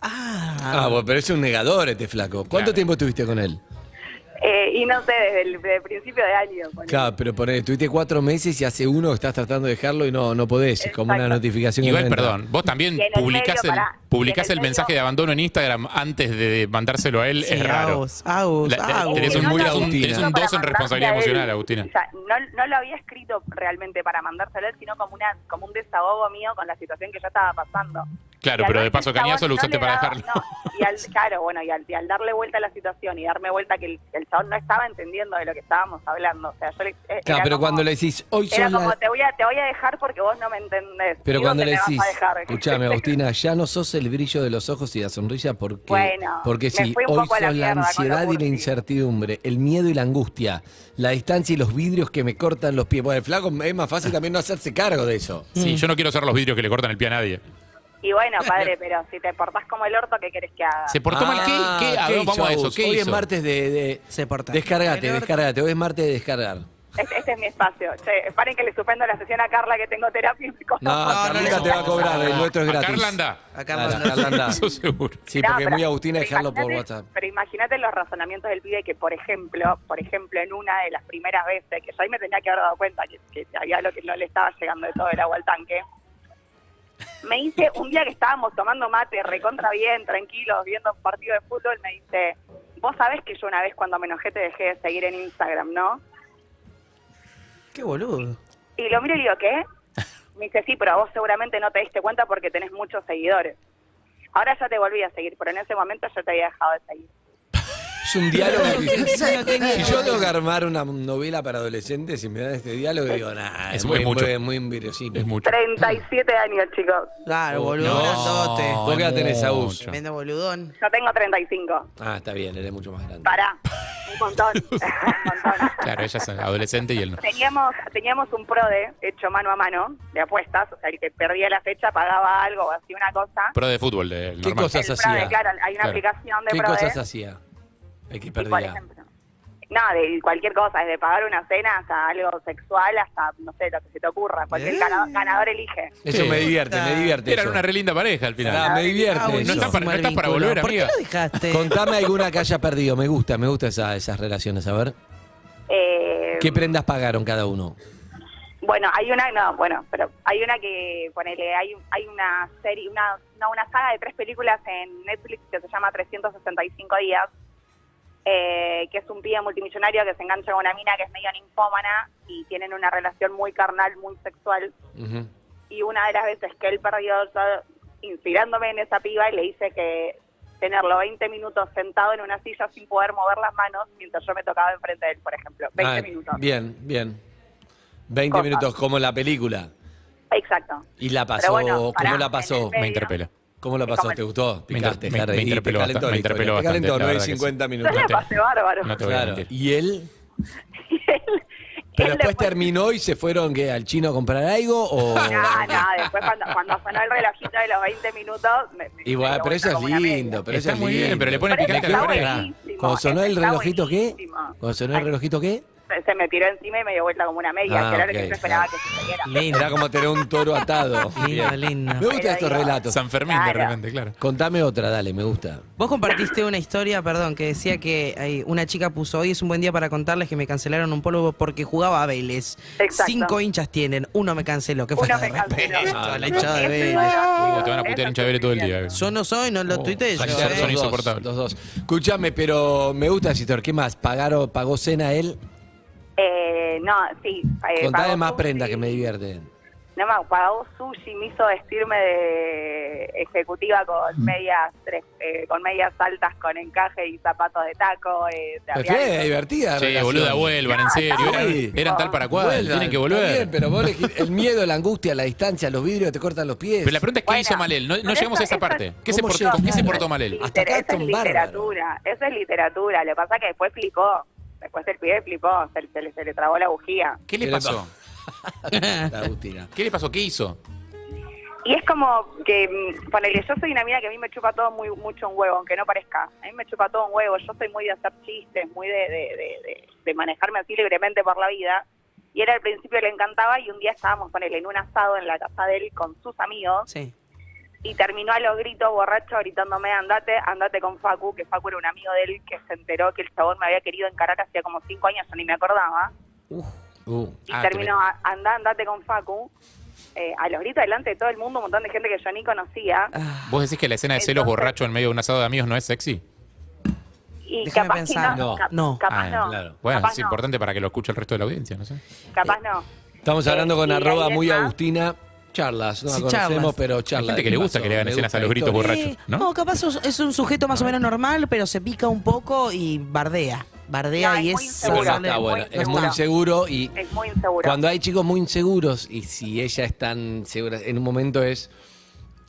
[SPEAKER 12] Ah, bueno, pero es un negador este flaco. ¿Cuánto tiempo estuviste con él?
[SPEAKER 13] Eh, y no sé, desde el, desde el principio de año. ponele.
[SPEAKER 12] Claro, pero ponele, estuviste cuatro meses y hace uno que estás tratando de dejarlo y no, no podés. Es como una
[SPEAKER 13] Exacto.
[SPEAKER 12] notificación. que
[SPEAKER 10] Igual,
[SPEAKER 12] no entra.
[SPEAKER 10] perdón, vos también
[SPEAKER 13] Y en el
[SPEAKER 10] publicás
[SPEAKER 13] medio,
[SPEAKER 10] el,
[SPEAKER 13] pará, y
[SPEAKER 10] publicás
[SPEAKER 13] en
[SPEAKER 10] el
[SPEAKER 13] el
[SPEAKER 10] mensaje de abandono en Instagram antes de mandárselo a él.
[SPEAKER 9] Sí,
[SPEAKER 10] es raro.
[SPEAKER 9] Agus,
[SPEAKER 10] La-
[SPEAKER 9] Agus,
[SPEAKER 10] la-
[SPEAKER 9] Agus.
[SPEAKER 10] tenés un,
[SPEAKER 13] No, no,
[SPEAKER 10] tenés un-
[SPEAKER 13] Agustina.
[SPEAKER 10] tenés un dos en
[SPEAKER 13] Para
[SPEAKER 10] responsabilidad
[SPEAKER 13] mandarse a él.
[SPEAKER 10] emocional, Agustina.
[SPEAKER 13] O sea, no, no lo había escrito realmente para mandárselo a él, sino como, una, como un desahogo mío con la situación que yo estaba pasando.
[SPEAKER 10] Claro,
[SPEAKER 13] Y al
[SPEAKER 10] pero
[SPEAKER 13] ver que
[SPEAKER 10] de paso
[SPEAKER 13] el chabón
[SPEAKER 10] Cañazo lo
[SPEAKER 13] no
[SPEAKER 10] usaste
[SPEAKER 13] le
[SPEAKER 10] para
[SPEAKER 13] daba-
[SPEAKER 10] dejarlo.
[SPEAKER 13] no, y al, claro, bueno, y al, y al darle vuelta a la situación y darme vuelta que el, el chabón no estaba entendiendo de lo que estábamos hablando. O sea, yo le, eh,
[SPEAKER 12] Claro,
[SPEAKER 13] era
[SPEAKER 12] pero
[SPEAKER 13] como-
[SPEAKER 12] cuando le decís, hoy
[SPEAKER 13] Era
[SPEAKER 12] sos
[SPEAKER 13] como,
[SPEAKER 12] la...
[SPEAKER 13] te, voy a, te voy a dejar porque vos no me entendés.
[SPEAKER 12] Pero
[SPEAKER 13] Y vos
[SPEAKER 12] cuando
[SPEAKER 13] te
[SPEAKER 12] le
[SPEAKER 13] me vas a
[SPEAKER 12] decís,
[SPEAKER 13] dejar.
[SPEAKER 12] escuchame Agustina, ya no sos el brillo de los ojos y la sonrisa porque,
[SPEAKER 13] Bueno,
[SPEAKER 12] porque
[SPEAKER 13] me
[SPEAKER 12] sí,
[SPEAKER 13] fui un
[SPEAKER 12] hoy
[SPEAKER 13] poco a la
[SPEAKER 12] sos la
[SPEAKER 13] mierda con
[SPEAKER 12] ansiedad
[SPEAKER 13] lo
[SPEAKER 12] y la incertidumbre, el miedo y la angustia, la distancia y los vidrios que me cortan los pies. Bueno, el flaco es más fácil también no hacerse cargo de eso.
[SPEAKER 10] Sí, yo no quiero ser los vidrios que le cortan el pie a nadie.
[SPEAKER 13] Y bueno, padre, pero si te portás como el orto, ¿qué querés que haga?
[SPEAKER 10] Se portó mal. ¿Qué?
[SPEAKER 12] Ah,
[SPEAKER 10] qué? A ver,
[SPEAKER 12] hizo
[SPEAKER 10] vamos a eso.
[SPEAKER 12] Agus?
[SPEAKER 10] ¿Qué
[SPEAKER 12] Hoy es
[SPEAKER 10] hizo?
[SPEAKER 12] martes de... de
[SPEAKER 9] Se porta.
[SPEAKER 12] descargate, descargate. Hoy es martes de descargar.
[SPEAKER 13] Este, este es mi espacio. Che, paren que le suspendo la sesión a Carla que tengo terapia. y me co-
[SPEAKER 12] No, Carlita te va a cobrar, el nuestro es
[SPEAKER 10] A
[SPEAKER 12] gratis.
[SPEAKER 10] Carla anda.
[SPEAKER 9] A
[SPEAKER 12] Claro,
[SPEAKER 9] Carla anda.
[SPEAKER 12] Carla anda.
[SPEAKER 10] Eso seguro.
[SPEAKER 12] Sí,
[SPEAKER 13] No,
[SPEAKER 12] porque es
[SPEAKER 13] pero-
[SPEAKER 12] muy Agustina
[SPEAKER 13] pero
[SPEAKER 12] dejarlo por
[SPEAKER 13] imagínate-
[SPEAKER 12] WhatsApp.
[SPEAKER 13] Pero imagínate los razonamientos del pibe que, por ejemplo, por ejemplo, en una de las primeras veces, que yo ahí me tenía que haber dado cuenta que, que había lo que no le estaba llegando de todo el agua al tanque, me dice, un día que estábamos tomando mate, recontra bien, tranquilos, viendo un partido de fútbol, me dice, vos sabés que yo una vez cuando me enojé te dejé de seguir en Instagram, ¿no?
[SPEAKER 9] Qué boludo.
[SPEAKER 13] Y lo miro y digo, ¿qué? Me dice, sí, pero a vos seguramente no te diste cuenta porque tenés muchos seguidores. Ahora ya te volví a seguir, pero en ese momento yo te había dejado de seguir.
[SPEAKER 12] Es un diálogo.
[SPEAKER 13] Eso no tenía.
[SPEAKER 12] si yo tengo que armar una novela para adolescentes y me dan este diálogo, digo, nada,
[SPEAKER 10] Es muy- mucho.
[SPEAKER 12] Muy, muy inverosímil. Es
[SPEAKER 10] mucho.
[SPEAKER 13] 37 años, chicos.
[SPEAKER 10] Oh,
[SPEAKER 9] Claro, boludo,
[SPEAKER 12] No,
[SPEAKER 9] grandote.
[SPEAKER 12] ¿Vos qué edad tenés, Agus?
[SPEAKER 9] Tremendo boludón.
[SPEAKER 13] Yo tengo 35.
[SPEAKER 12] Ah, está bien, eres mucho más grande.
[SPEAKER 13] Pará. Un montón.
[SPEAKER 10] Claro, ella es adolescente y él no.
[SPEAKER 13] Teníamos, teníamos un PRODE hecho mano a mano de apuestas, o sea, el que perdía la fecha pagaba algo o hacía una cosa.
[SPEAKER 10] Pro de fútbol, de
[SPEAKER 12] ¿Qué
[SPEAKER 10] normal.
[SPEAKER 12] cosas
[SPEAKER 13] El
[SPEAKER 12] hacía?
[SPEAKER 13] PRODE, claro, hay una aplicación de
[SPEAKER 12] ¿Qué
[SPEAKER 13] PRODE.
[SPEAKER 12] cosas hacía? El que
[SPEAKER 13] por
[SPEAKER 12] perdía.
[SPEAKER 13] No, de cualquier cosa, desde pagar una cena hasta algo sexual, hasta, no sé, lo que se te ocurra.
[SPEAKER 9] Eh,
[SPEAKER 13] Cualquier gana- ganador elige.
[SPEAKER 12] Eso
[SPEAKER 10] Sí.
[SPEAKER 12] me divierte, me divierte.
[SPEAKER 10] Eran
[SPEAKER 12] eso.
[SPEAKER 10] una re linda pareja al final.
[SPEAKER 12] Ah, me divierte.
[SPEAKER 10] no estás para, no estás para volver, amiga.
[SPEAKER 9] dejaste?
[SPEAKER 12] Contame alguna que haya perdido. Me gusta, me gusta esa- esas relaciones. A ver,
[SPEAKER 13] Eh,
[SPEAKER 12] ¿qué prendas pagaron cada uno?
[SPEAKER 13] Bueno, hay una, no, bueno, pero hay una que, ponele, hay, hay una serie, una, no, una saga de tres películas en Netflix que se llama 365 días, eh, que es un pibe multimillonario que se engancha con una mina que es medio ninfómana y tienen una relación muy carnal, muy sexual. Y una de las veces que él perdió, yo, inspirándome en esa piba, le hice que tenerlo 20 minutos sentado en una silla sin poder mover las manos mientras yo me tocaba enfrente de él, por ejemplo. 20
[SPEAKER 12] Ah,
[SPEAKER 13] minutos.
[SPEAKER 12] Bien, bien. 20
[SPEAKER 13] Cosas.
[SPEAKER 12] minutos, como en la película.
[SPEAKER 13] Exacto.
[SPEAKER 12] ¿Y la
[SPEAKER 13] Pero
[SPEAKER 12] pasó?
[SPEAKER 13] bueno,
[SPEAKER 12] ¿Cómo
[SPEAKER 13] pará,
[SPEAKER 12] la pasó?
[SPEAKER 13] en el medio. Me interpela.
[SPEAKER 12] ¿Cómo la pasó? ¿Te gustó?
[SPEAKER 10] Me inter-
[SPEAKER 12] Picaste,
[SPEAKER 10] me-
[SPEAKER 12] Harry.
[SPEAKER 10] me
[SPEAKER 12] Y
[SPEAKER 10] interpeló
[SPEAKER 12] te calentó
[SPEAKER 10] bastante, me
[SPEAKER 12] la historia,
[SPEAKER 10] interpeló
[SPEAKER 12] te calentó,
[SPEAKER 10] bastante, la
[SPEAKER 12] no es
[SPEAKER 10] verdad que sí.
[SPEAKER 12] 50
[SPEAKER 13] Yo
[SPEAKER 12] minutos.
[SPEAKER 13] la pasé bárbaro.
[SPEAKER 10] No te voy a
[SPEAKER 12] Claro.
[SPEAKER 10] mentir.
[SPEAKER 12] ¿Y él? ¿Pero después terminó y se fueron ¿qué, al chino a comprar algo? O...
[SPEAKER 13] Nada, nada, después cuando, cuando sonó el relojito de los 20 minutos, me- me-
[SPEAKER 12] Y bueno, pero eso es lindo. Pero
[SPEAKER 10] Está
[SPEAKER 12] eso es
[SPEAKER 10] muy bien,
[SPEAKER 12] lindo.
[SPEAKER 10] pero le pone Pero picante
[SPEAKER 13] está
[SPEAKER 12] Me quedo-
[SPEAKER 13] buenísimo,
[SPEAKER 12] Cuando sonó el
[SPEAKER 13] está
[SPEAKER 12] relojito, ¿qué?
[SPEAKER 13] buenísimo.
[SPEAKER 12] Cuando sonó el relojito, ¿qué?
[SPEAKER 13] se- se me tiró encima y me dio vuelta como una media,
[SPEAKER 12] Ah,
[SPEAKER 13] que era lo
[SPEAKER 12] ok.
[SPEAKER 13] que yo esperaba que sucediera.
[SPEAKER 12] Era como tener un toro atado.
[SPEAKER 9] Lindo,
[SPEAKER 12] Bien.
[SPEAKER 9] lindo.
[SPEAKER 12] Me gustan estos relatos.
[SPEAKER 10] San Fermín de Claro. repente, claro.
[SPEAKER 12] Contame otra, dale, me gusta.
[SPEAKER 9] Vos compartiste una historia, perdón, que decía que ahí, una chica puso hoy es un buen día para contarles que me cancelaron un polvo porque jugaba a Vélez.
[SPEAKER 13] Exacto.
[SPEAKER 9] Cinco hinchas tienen, uno me canceló. ¿Qué falta
[SPEAKER 13] Uno me
[SPEAKER 9] de
[SPEAKER 13] canceló.
[SPEAKER 9] respeto a la
[SPEAKER 10] Ah,
[SPEAKER 9] hinchada de
[SPEAKER 10] no.
[SPEAKER 9] Vélez?
[SPEAKER 10] Uh, te van a putear hincha Vélez todo el día. eh. Oh,
[SPEAKER 9] Yo no soy, no lo tuiteé yo.
[SPEAKER 12] Son,
[SPEAKER 9] ¿eh?
[SPEAKER 12] son insoportables. Los dos. Escuchame, pero me gusta esa historia. ¿Qué más? ¿Pagaron, ¿Pagó cena él?
[SPEAKER 13] Eh, no, sí. eh,
[SPEAKER 12] Contame
[SPEAKER 13] pagó
[SPEAKER 12] más
[SPEAKER 13] sushi,
[SPEAKER 12] prendas que me divierten.
[SPEAKER 13] No me pagó sushi, me hizo vestirme de ejecutiva
[SPEAKER 12] Mm.
[SPEAKER 13] con medias tres, eh, con medias altas con encaje y zapatos de taco. Eh, te había-
[SPEAKER 12] Fue divertida.
[SPEAKER 10] Che,
[SPEAKER 12] relación.
[SPEAKER 10] boluda, vuelvan,
[SPEAKER 13] Ah,
[SPEAKER 10] en serio. Eran, eran tal para cual,
[SPEAKER 12] Vuelvan,
[SPEAKER 10] tienen que
[SPEAKER 12] está
[SPEAKER 10] volver.
[SPEAKER 12] bien, pero vos elegís el miedo, la angustia, la distancia, los vidrios te cortan los pies.
[SPEAKER 10] Pero la pregunta es: ¿qué hizo mal él? No, no
[SPEAKER 13] pero
[SPEAKER 10] llegamos a
[SPEAKER 13] eso-
[SPEAKER 10] esa
[SPEAKER 13] eso-
[SPEAKER 10] parte. ¿Qué se,
[SPEAKER 12] ¿Cómo
[SPEAKER 10] portó,
[SPEAKER 12] llegamos?
[SPEAKER 10] ¿Qué se portó mal él?
[SPEAKER 13] Ah,
[SPEAKER 12] Hasta acá
[SPEAKER 13] Esa es
[SPEAKER 12] son bárbaros.
[SPEAKER 13] literatura, eso es literatura. Lo que pasa es que después flipó. Después el pibe flipó, se, se le, se le trabó la bujía.
[SPEAKER 10] ¿Qué le
[SPEAKER 12] ¿Qué le
[SPEAKER 10] pasó?
[SPEAKER 12] La Agustina.
[SPEAKER 10] ¿Qué le pasó? ¿Qué hizo?
[SPEAKER 13] Y es como que, mm, ponele, yo soy una mina que a mí me chupa todo muy mucho un huevo, aunque no parezca. A mí me chupa todo un huevo. Yo soy muy de hacer chistes, muy de, de, de- de- de manejarme así libremente por la vida. Y él al principio le encantaba y un día estábamos, ponele, en un asado en la casa de él con sus amigos.
[SPEAKER 9] Sí.
[SPEAKER 13] y terminó a los gritos borracho gritándome andate, andate con Facu, que Facu era un amigo de él que se enteró que el chabón me había querido encarar hacía como cinco años, yo ni me acordaba,
[SPEAKER 12] Uh,
[SPEAKER 13] y terminó a- andá, andate con Facu, eh, a los gritos delante de todo el mundo, un montón de gente que yo ni conocía,
[SPEAKER 9] Ah.
[SPEAKER 10] ¿Vos decís que la escena de celos borracho en medio de un asado de amigos no es sexy?
[SPEAKER 13] y
[SPEAKER 9] Déjame
[SPEAKER 13] capaz que
[SPEAKER 9] pensar.
[SPEAKER 13] no,
[SPEAKER 9] No,
[SPEAKER 13] cap-
[SPEAKER 9] no.
[SPEAKER 13] capaz
[SPEAKER 10] Ah,
[SPEAKER 13] no,
[SPEAKER 10] claro. Bueno,
[SPEAKER 13] capaz
[SPEAKER 10] es
[SPEAKER 13] no,
[SPEAKER 10] importante para que lo escuche el resto de la audiencia, no sé.
[SPEAKER 13] capaz no.
[SPEAKER 12] Estamos hablando con
[SPEAKER 13] Eh, y
[SPEAKER 12] arroba
[SPEAKER 13] ahí
[SPEAKER 12] muy
[SPEAKER 13] está.
[SPEAKER 12] Agustina. Charlas, no la
[SPEAKER 9] Sí,
[SPEAKER 12] conocemos,
[SPEAKER 9] charlas.
[SPEAKER 12] pero charlas.
[SPEAKER 10] gente
[SPEAKER 12] ¿de
[SPEAKER 10] que
[SPEAKER 12] qué
[SPEAKER 10] le gusta
[SPEAKER 12] pasó?
[SPEAKER 10] que le hagan
[SPEAKER 12] Me
[SPEAKER 10] escenas
[SPEAKER 12] gusta
[SPEAKER 10] a los
[SPEAKER 12] la
[SPEAKER 10] gritos
[SPEAKER 12] historia.
[SPEAKER 10] borrachos.
[SPEAKER 9] Eh, ¿no? capaz es- es un sujeto más o menos normal, pero se pica un poco y bardea. Bardea
[SPEAKER 13] No, es
[SPEAKER 9] y
[SPEAKER 13] muy
[SPEAKER 9] es.
[SPEAKER 12] Igual no
[SPEAKER 13] Seguro,
[SPEAKER 12] está
[SPEAKER 13] es muy
[SPEAKER 12] bueno, es
[SPEAKER 13] seguro.
[SPEAKER 12] muy inseguro y
[SPEAKER 13] Es muy inseguro.
[SPEAKER 12] cuando hay chicos muy inseguros y si ella es tan segura, en un momento es,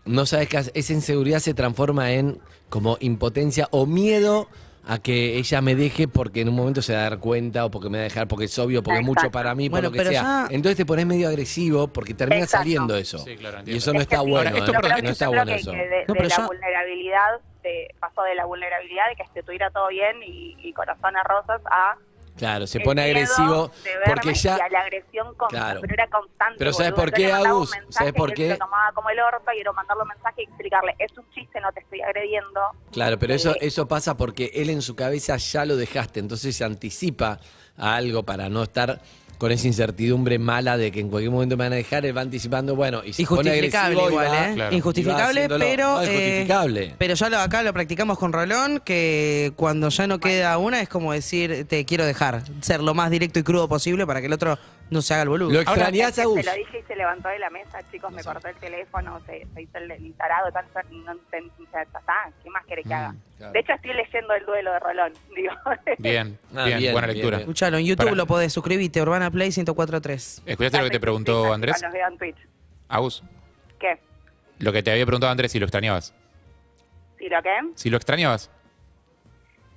[SPEAKER 12] no sabes qué hacer, esa inseguridad se transforma en como impotencia o miedo a que ella me deje porque en un momento se va a dar cuenta o porque me va a dejar porque es obvio, porque es mucho para mí, por
[SPEAKER 9] Bueno,
[SPEAKER 12] lo que
[SPEAKER 9] pero
[SPEAKER 12] sea.
[SPEAKER 9] ya-
[SPEAKER 12] Entonces te pones medio agresivo porque termina
[SPEAKER 13] Exacto.
[SPEAKER 12] saliendo eso.
[SPEAKER 10] Sí, claro,
[SPEAKER 12] y
[SPEAKER 10] entiendo.
[SPEAKER 12] eso no
[SPEAKER 13] Es que
[SPEAKER 12] está
[SPEAKER 13] sí,
[SPEAKER 12] bueno,
[SPEAKER 10] Ahora, esto,
[SPEAKER 12] ¿eh?
[SPEAKER 13] yo
[SPEAKER 10] perdón,
[SPEAKER 13] creo
[SPEAKER 12] no
[SPEAKER 13] que-
[SPEAKER 12] está
[SPEAKER 13] yo creo
[SPEAKER 12] bueno
[SPEAKER 13] que-
[SPEAKER 12] eso.
[SPEAKER 13] que de,
[SPEAKER 9] No,
[SPEAKER 13] de
[SPEAKER 9] pero
[SPEAKER 13] la
[SPEAKER 9] ya-
[SPEAKER 13] vulnerabilidad, de- pasó de la vulnerabilidad, de que se tuviera todo bien y, y corazón a rosas, a
[SPEAKER 12] Claro, se
[SPEAKER 13] el
[SPEAKER 12] pone
[SPEAKER 13] miedo
[SPEAKER 12] agresivo
[SPEAKER 13] de verme
[SPEAKER 12] porque ya...
[SPEAKER 13] y a la agresión constante,
[SPEAKER 12] Claro.
[SPEAKER 13] pero era constante.
[SPEAKER 12] Pero ¿sabes
[SPEAKER 13] boludo.
[SPEAKER 12] por
[SPEAKER 13] Yo
[SPEAKER 12] qué,
[SPEAKER 13] le mandaba un
[SPEAKER 12] Agus?
[SPEAKER 13] mensaje
[SPEAKER 12] ¿Sabes
[SPEAKER 13] y
[SPEAKER 12] por
[SPEAKER 13] él
[SPEAKER 12] qué?
[SPEAKER 13] se lo tomaba como el orto y era mandarle un mensaje y explicarle, es un chiste, no te estoy agrediendo. Eh,
[SPEAKER 12] Claro, pero eso, eso pasa porque él en su cabeza ya lo dejaste, entonces se anticipa a algo para no estar con esa incertidumbre mala de que en cualquier momento me van a dejar, él va anticipando, bueno, y se pone
[SPEAKER 9] Injustificable
[SPEAKER 12] agresivo y
[SPEAKER 9] igual,
[SPEAKER 12] va-
[SPEAKER 9] ¿eh?
[SPEAKER 12] y va
[SPEAKER 9] Injustificable,
[SPEAKER 12] haciéndolo.
[SPEAKER 9] pero.
[SPEAKER 12] No,
[SPEAKER 9] eh,
[SPEAKER 12] injustificable.
[SPEAKER 9] pero ya lo, acá lo practicamos con Rolón, que cuando ya no queda una es como decir, te quiero dejar. Ser lo más directo y crudo posible para que el otro no se haga el boludo.
[SPEAKER 13] Ahora, Se lo dije y se levantó de la mesa, chicos, me cortó el teléfono, se, se hizo el, el tarado, tanto, no entendí, o sea, ya está, ¿qué más quiere que haga?
[SPEAKER 12] claro.
[SPEAKER 13] De hecho, estoy leyendo el duelo de Rolón, digo.
[SPEAKER 10] Bien,
[SPEAKER 12] Ah,
[SPEAKER 10] bien,
[SPEAKER 12] bien,
[SPEAKER 10] buena
[SPEAKER 12] bien,
[SPEAKER 10] lectura.
[SPEAKER 12] bien.
[SPEAKER 9] Escuchalo, en YouTube lo podés, suscribirte, Urbana Play 1043.
[SPEAKER 10] ¿Escuchaste lo que te preguntó Andrés?
[SPEAKER 13] Los veo en Twitch.
[SPEAKER 10] Agus,
[SPEAKER 13] ¿Qué?
[SPEAKER 10] lo que te había preguntado Andrés si lo extrañabas.
[SPEAKER 13] ¿Sí lo qué?
[SPEAKER 10] ¿Si lo extrañabas?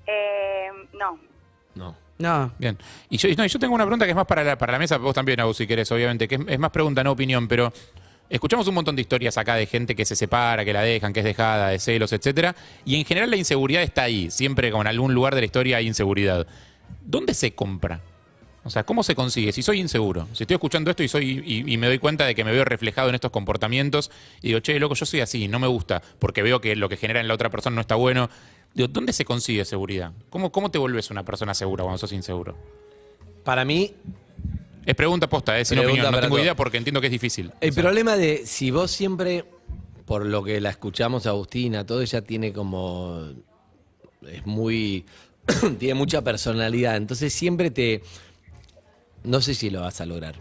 [SPEAKER 13] Eh, no.
[SPEAKER 10] No.
[SPEAKER 9] No.
[SPEAKER 10] Bien. Y yo, no, y yo tengo una pregunta que es más para la, para la mesa, vos también, Agus, si querés, obviamente, que es, es más pregunta, no opinión, pero escuchamos un montón de historias acá de gente que se separa, que la dejan, que es dejada, de celos, etcétera. Y en general la inseguridad está ahí. Siempre como en algún lugar de la historia hay inseguridad. ¿Dónde se compra? O sea, ¿cómo se consigue? Si soy inseguro, si estoy escuchando esto y soy y, y me doy cuenta de que me veo reflejado en estos comportamientos y digo, che, loco, yo soy así, no me gusta, porque veo que lo que genera en la otra persona no está bueno. Digo, ¿dónde se consigue seguridad? ¿Cómo, cómo te vuelves una persona segura cuando sos inseguro?
[SPEAKER 12] Para mí.
[SPEAKER 10] Es pregunta posta, es sin
[SPEAKER 12] Pregunta
[SPEAKER 10] opinión. No
[SPEAKER 12] para
[SPEAKER 10] tengo
[SPEAKER 12] todos. Eh,
[SPEAKER 10] idea porque entiendo que es difícil.
[SPEAKER 12] El problema de si vos siempre, por lo que la escuchamos a Agustina, todo ella tiene como. Es muy. tiene mucha personalidad. Entonces siempre te. No sé si lo vas a lograr.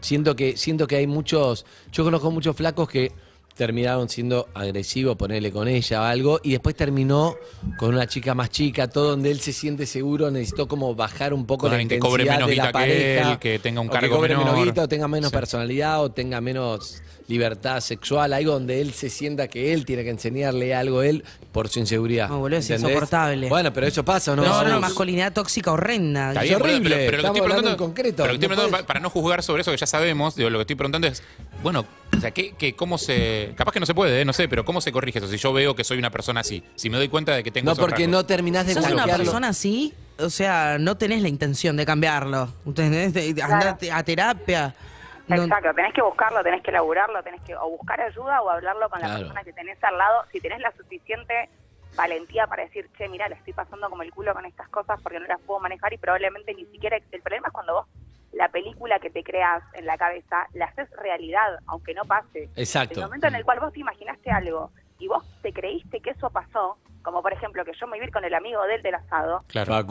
[SPEAKER 12] Siento que, siento que hay muchos. Yo conozco muchos flacos que terminaron siendo agresivos, ponerle con ella o algo, y después terminó con una chica más chica, todo donde él se siente seguro, necesitó como bajar un poco
[SPEAKER 10] Con
[SPEAKER 12] la
[SPEAKER 10] alguien que
[SPEAKER 12] intensidad
[SPEAKER 10] cobre menos
[SPEAKER 12] de la
[SPEAKER 10] guita que
[SPEAKER 12] pareja
[SPEAKER 10] él, que tenga un
[SPEAKER 12] o que
[SPEAKER 10] cargo
[SPEAKER 12] cobre
[SPEAKER 10] menor.
[SPEAKER 12] menos guita, o tenga menos
[SPEAKER 10] Sí.
[SPEAKER 12] personalidad, o tenga menos libertad sexual, algo donde él se sienta que él tiene que enseñarle algo a él por su inseguridad.
[SPEAKER 9] No, boludo, es
[SPEAKER 12] ¿entendés?
[SPEAKER 9] insoportable.
[SPEAKER 12] Bueno, pero eso pasa, ¿o ¿no?
[SPEAKER 9] No, no,
[SPEAKER 12] Agus?
[SPEAKER 9] masculinidad tóxica horrenda.
[SPEAKER 10] Está bien, boludo, pero- pero lo que
[SPEAKER 12] estamos
[SPEAKER 10] estoy
[SPEAKER 12] hablando
[SPEAKER 10] preguntando-
[SPEAKER 12] en concreto,
[SPEAKER 10] pero lo que estoy
[SPEAKER 12] no
[SPEAKER 10] preguntando pa- para no juzgar sobre eso que ya sabemos, digo, lo que estoy preguntando es, bueno, o sea, ¿qué, qué- cómo se. Capaz que no se puede, eh, no sé, pero ¿cómo se corrige eso? Si yo veo que soy una persona así, si me doy cuenta de que tengo.
[SPEAKER 12] No,
[SPEAKER 10] esos
[SPEAKER 12] porque
[SPEAKER 10] rasgos.
[SPEAKER 12] no terminás de
[SPEAKER 9] ¿Sos una
[SPEAKER 12] bloquearlo.
[SPEAKER 9] persona así? O sea, no tenés la intención de cambiarlo. ¿Entendés? De- de- Andá a terapia. No-
[SPEAKER 13] Exacto, tenés que buscarlo, tenés que laburarlo, tenés que o buscar ayuda o hablarlo con la
[SPEAKER 9] Claro.
[SPEAKER 13] persona que tenés al lado. Si tenés la suficiente valentía para decir, che, mira, la estoy pasando como el culo con estas cosas porque no las puedo manejar y probablemente ni siquiera. El problema es cuando vos la película que te creas en la cabeza la haces realidad, aunque no pase.
[SPEAKER 12] Exacto.
[SPEAKER 13] El momento en el cual vos te imaginaste algo y vos te creíste que eso pasó, como por ejemplo que yo me vi con el amigo del del asado,
[SPEAKER 10] Claro.
[SPEAKER 12] Ah,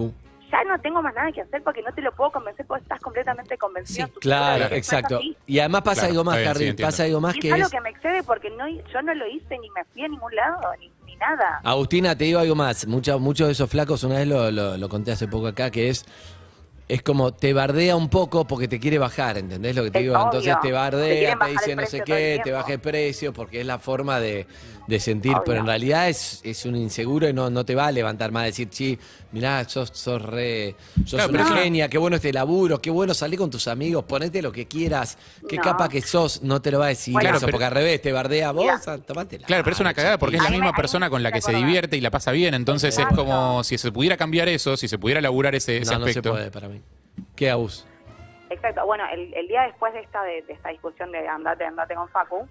[SPEAKER 13] ya no tengo más nada que hacer porque no te lo puedo convencer porque estás completamente convencido. en tu
[SPEAKER 12] Claro,
[SPEAKER 13] cerebro de que eso es
[SPEAKER 12] exacto.
[SPEAKER 13] así.
[SPEAKER 12] Y además pasa
[SPEAKER 10] Claro,
[SPEAKER 12] algo más,
[SPEAKER 10] está bien, sí,
[SPEAKER 12] Harry,
[SPEAKER 10] entiendo.
[SPEAKER 12] pasa algo más
[SPEAKER 13] Y
[SPEAKER 12] que
[SPEAKER 13] es algo
[SPEAKER 12] es...
[SPEAKER 13] que me excede porque no, yo no lo hice ni me fui a ningún lado, ni, ni nada.
[SPEAKER 12] Agustina, te digo algo más. Mucha- muchos de esos flacos, una vez lo, lo- lo conté hace poco acá, que es. Es como te bardea un poco porque te quiere bajar, ¿entendés lo que te
[SPEAKER 13] Es
[SPEAKER 12] digo?
[SPEAKER 13] obvio.
[SPEAKER 12] Entonces te
[SPEAKER 13] Te quieren
[SPEAKER 12] bardea, te,
[SPEAKER 13] bajar el
[SPEAKER 12] dice no sé
[SPEAKER 13] precio todo el
[SPEAKER 12] qué, te
[SPEAKER 13] tiempo.
[SPEAKER 12] baja el precio porque es la forma de, de sentir. Pero en realidad es, es un inseguro y no, no te va a levantar más a decir, sí, mirá, sos, sos re. sos
[SPEAKER 10] Claro,
[SPEAKER 12] una
[SPEAKER 10] pero es-
[SPEAKER 12] genia, qué bueno este laburo, qué bueno salir con tus amigos, ponete lo que quieras, qué
[SPEAKER 13] No.
[SPEAKER 12] capa que sos, no te lo va a decir
[SPEAKER 10] Bueno,
[SPEAKER 12] eso,
[SPEAKER 10] pero-
[SPEAKER 12] porque al revés, te bardea vos, ah, tomátela.
[SPEAKER 10] Claro, pero es una cagada porque es la misma persona con la que se divierte y la pasa bien. Entonces es como si se pudiera cambiar eso, si se pudiera laburar ese, ese
[SPEAKER 12] No, no se
[SPEAKER 10] aspecto.
[SPEAKER 12] puede para mí. ¿Qué abus?
[SPEAKER 13] Exacto. Bueno, el, el día después de esta, de, de esta discusión de andate, andate con Facu,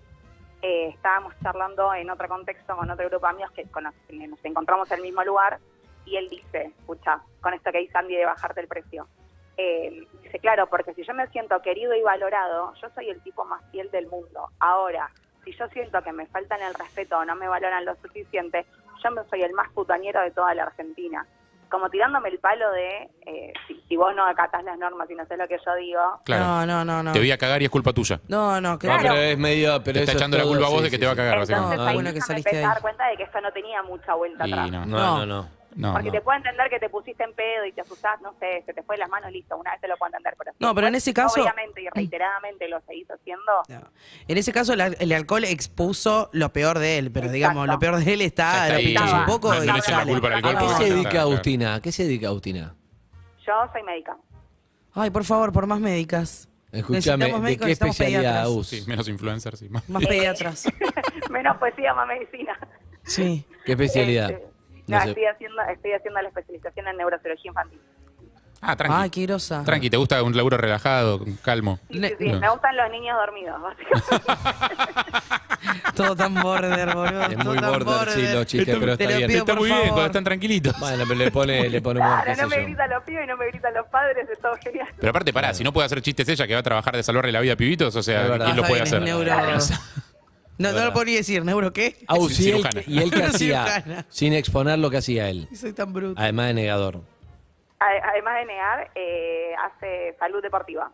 [SPEAKER 13] eh, estábamos charlando en otro contexto con otro grupo de amigos que cono- que nos encontramos en el mismo lugar y él dice, escucha, con esto que dice Andy de bajarte el precio. Eh, dice, claro, porque si yo me siento querido y valorado, yo soy el tipo más fiel del mundo. Ahora, si yo siento que me faltan el respeto o no me valoran lo suficiente, yo me soy el más putañero de toda la Argentina. Como tirándome el palo de, eh, si, si vos no acatás las normas y no sé lo que yo digo,
[SPEAKER 10] Claro.
[SPEAKER 9] No, no, no, no.
[SPEAKER 10] Te voy a cagar y es culpa tuya.
[SPEAKER 9] No, no,
[SPEAKER 10] Claro.
[SPEAKER 12] pero es medio. Pero
[SPEAKER 10] Te
[SPEAKER 12] eso
[SPEAKER 10] está
[SPEAKER 12] es
[SPEAKER 10] echando la
[SPEAKER 12] todo,
[SPEAKER 10] culpa a vos
[SPEAKER 12] sí,
[SPEAKER 10] de que
[SPEAKER 12] sí,
[SPEAKER 10] te va a
[SPEAKER 12] sí.
[SPEAKER 10] cagar, básicamente.
[SPEAKER 13] Entonces
[SPEAKER 12] Ah,
[SPEAKER 13] ahí
[SPEAKER 12] bueno
[SPEAKER 13] bueno
[SPEAKER 12] que
[SPEAKER 13] me
[SPEAKER 12] saliste
[SPEAKER 13] empecé
[SPEAKER 12] de
[SPEAKER 13] a
[SPEAKER 12] ahí.
[SPEAKER 13] dar cuenta de que esto no tenía mucha vuelta
[SPEAKER 10] Y
[SPEAKER 13] atrás.
[SPEAKER 10] no.
[SPEAKER 12] No, no, no.
[SPEAKER 10] No,
[SPEAKER 13] Porque
[SPEAKER 10] no.
[SPEAKER 13] te puedo entender que te pusiste en pedo y te asustás, no sé, se te fue de las manos, listo, una vez te lo puedo entender. Pero
[SPEAKER 9] No, pero en ese caso-
[SPEAKER 13] Obviamente y reiteradamente lo seguís haciendo.
[SPEAKER 9] En ese caso, la- el alcohol expuso lo peor de él, pero digamos, lo peor de él
[SPEAKER 10] Ya
[SPEAKER 9] está,
[SPEAKER 10] está
[SPEAKER 9] lo pinchas
[SPEAKER 10] ahí.
[SPEAKER 9] un poco
[SPEAKER 10] No- no
[SPEAKER 9] y
[SPEAKER 10] le eches la
[SPEAKER 9] sale.
[SPEAKER 10] culpa al alcohol
[SPEAKER 12] ¿A qué
[SPEAKER 10] porque
[SPEAKER 12] se
[SPEAKER 10] ya
[SPEAKER 12] dedica
[SPEAKER 10] está,
[SPEAKER 12] Agustina? ¿A qué se dedica Agustina?
[SPEAKER 13] Yo soy médica.
[SPEAKER 9] Ay, por favor, por más médicas.
[SPEAKER 12] Escúchame,
[SPEAKER 9] Necesitamos
[SPEAKER 12] ¿de
[SPEAKER 9] médicos,
[SPEAKER 12] qué
[SPEAKER 9] necesitamos
[SPEAKER 12] especialidad
[SPEAKER 9] pediatras.
[SPEAKER 12] Agus?
[SPEAKER 10] Sí, menos influencers y más.
[SPEAKER 9] Más pediatras.
[SPEAKER 13] Menos poesía, más medicina.
[SPEAKER 9] Sí.
[SPEAKER 12] ¿Qué especialidad?
[SPEAKER 13] Este,
[SPEAKER 12] No
[SPEAKER 13] no,
[SPEAKER 12] sé.
[SPEAKER 13] estoy, haciendo, estoy haciendo la especialización en neurocirugía infantil.
[SPEAKER 10] Ah, tranqui.
[SPEAKER 9] Ay, qué grosa.
[SPEAKER 10] Tranqui, ¿te gusta un laburo relajado, calmo?
[SPEAKER 13] Sí, sí,
[SPEAKER 10] No.
[SPEAKER 13] me gustan los niños dormidos, básicamente.
[SPEAKER 9] Todo tan border, boludo.
[SPEAKER 12] Es
[SPEAKER 9] todo
[SPEAKER 12] muy
[SPEAKER 9] tan
[SPEAKER 12] border, sí, los chistes,
[SPEAKER 10] Está-
[SPEAKER 12] pero
[SPEAKER 10] te
[SPEAKER 12] está
[SPEAKER 10] lo
[SPEAKER 12] bien.
[SPEAKER 10] pido, Está por muy bien, favor. cuando
[SPEAKER 12] están tranquilitos. Bueno, pero le pone, le pone humor, qué
[SPEAKER 15] Claro, no
[SPEAKER 12] sé
[SPEAKER 15] me
[SPEAKER 12] yo.
[SPEAKER 15] gritan los pibes y no me gritan los padres, es todo genial.
[SPEAKER 10] Pero aparte, pará, si no puede hacer chistes ella que va a trabajar de salvarle la vida a pibitos, o sea,
[SPEAKER 12] Es verdad.
[SPEAKER 10] ¿quién lo
[SPEAKER 12] Está
[SPEAKER 10] puede
[SPEAKER 12] bien, es
[SPEAKER 10] hacer?
[SPEAKER 12] neuro.
[SPEAKER 9] No, no lo podría decir, ¿neuro qué?
[SPEAKER 12] Ah,
[SPEAKER 9] Es un
[SPEAKER 12] sí, él-
[SPEAKER 9] cirujano.
[SPEAKER 12] y él que
[SPEAKER 9] Una
[SPEAKER 12] hacía,
[SPEAKER 9] cirujana.
[SPEAKER 12] sin exponer lo que hacía él.
[SPEAKER 9] Soy tan bruto.
[SPEAKER 12] Además de negador.
[SPEAKER 13] A- Además de negar, eh, hace salud deportiva.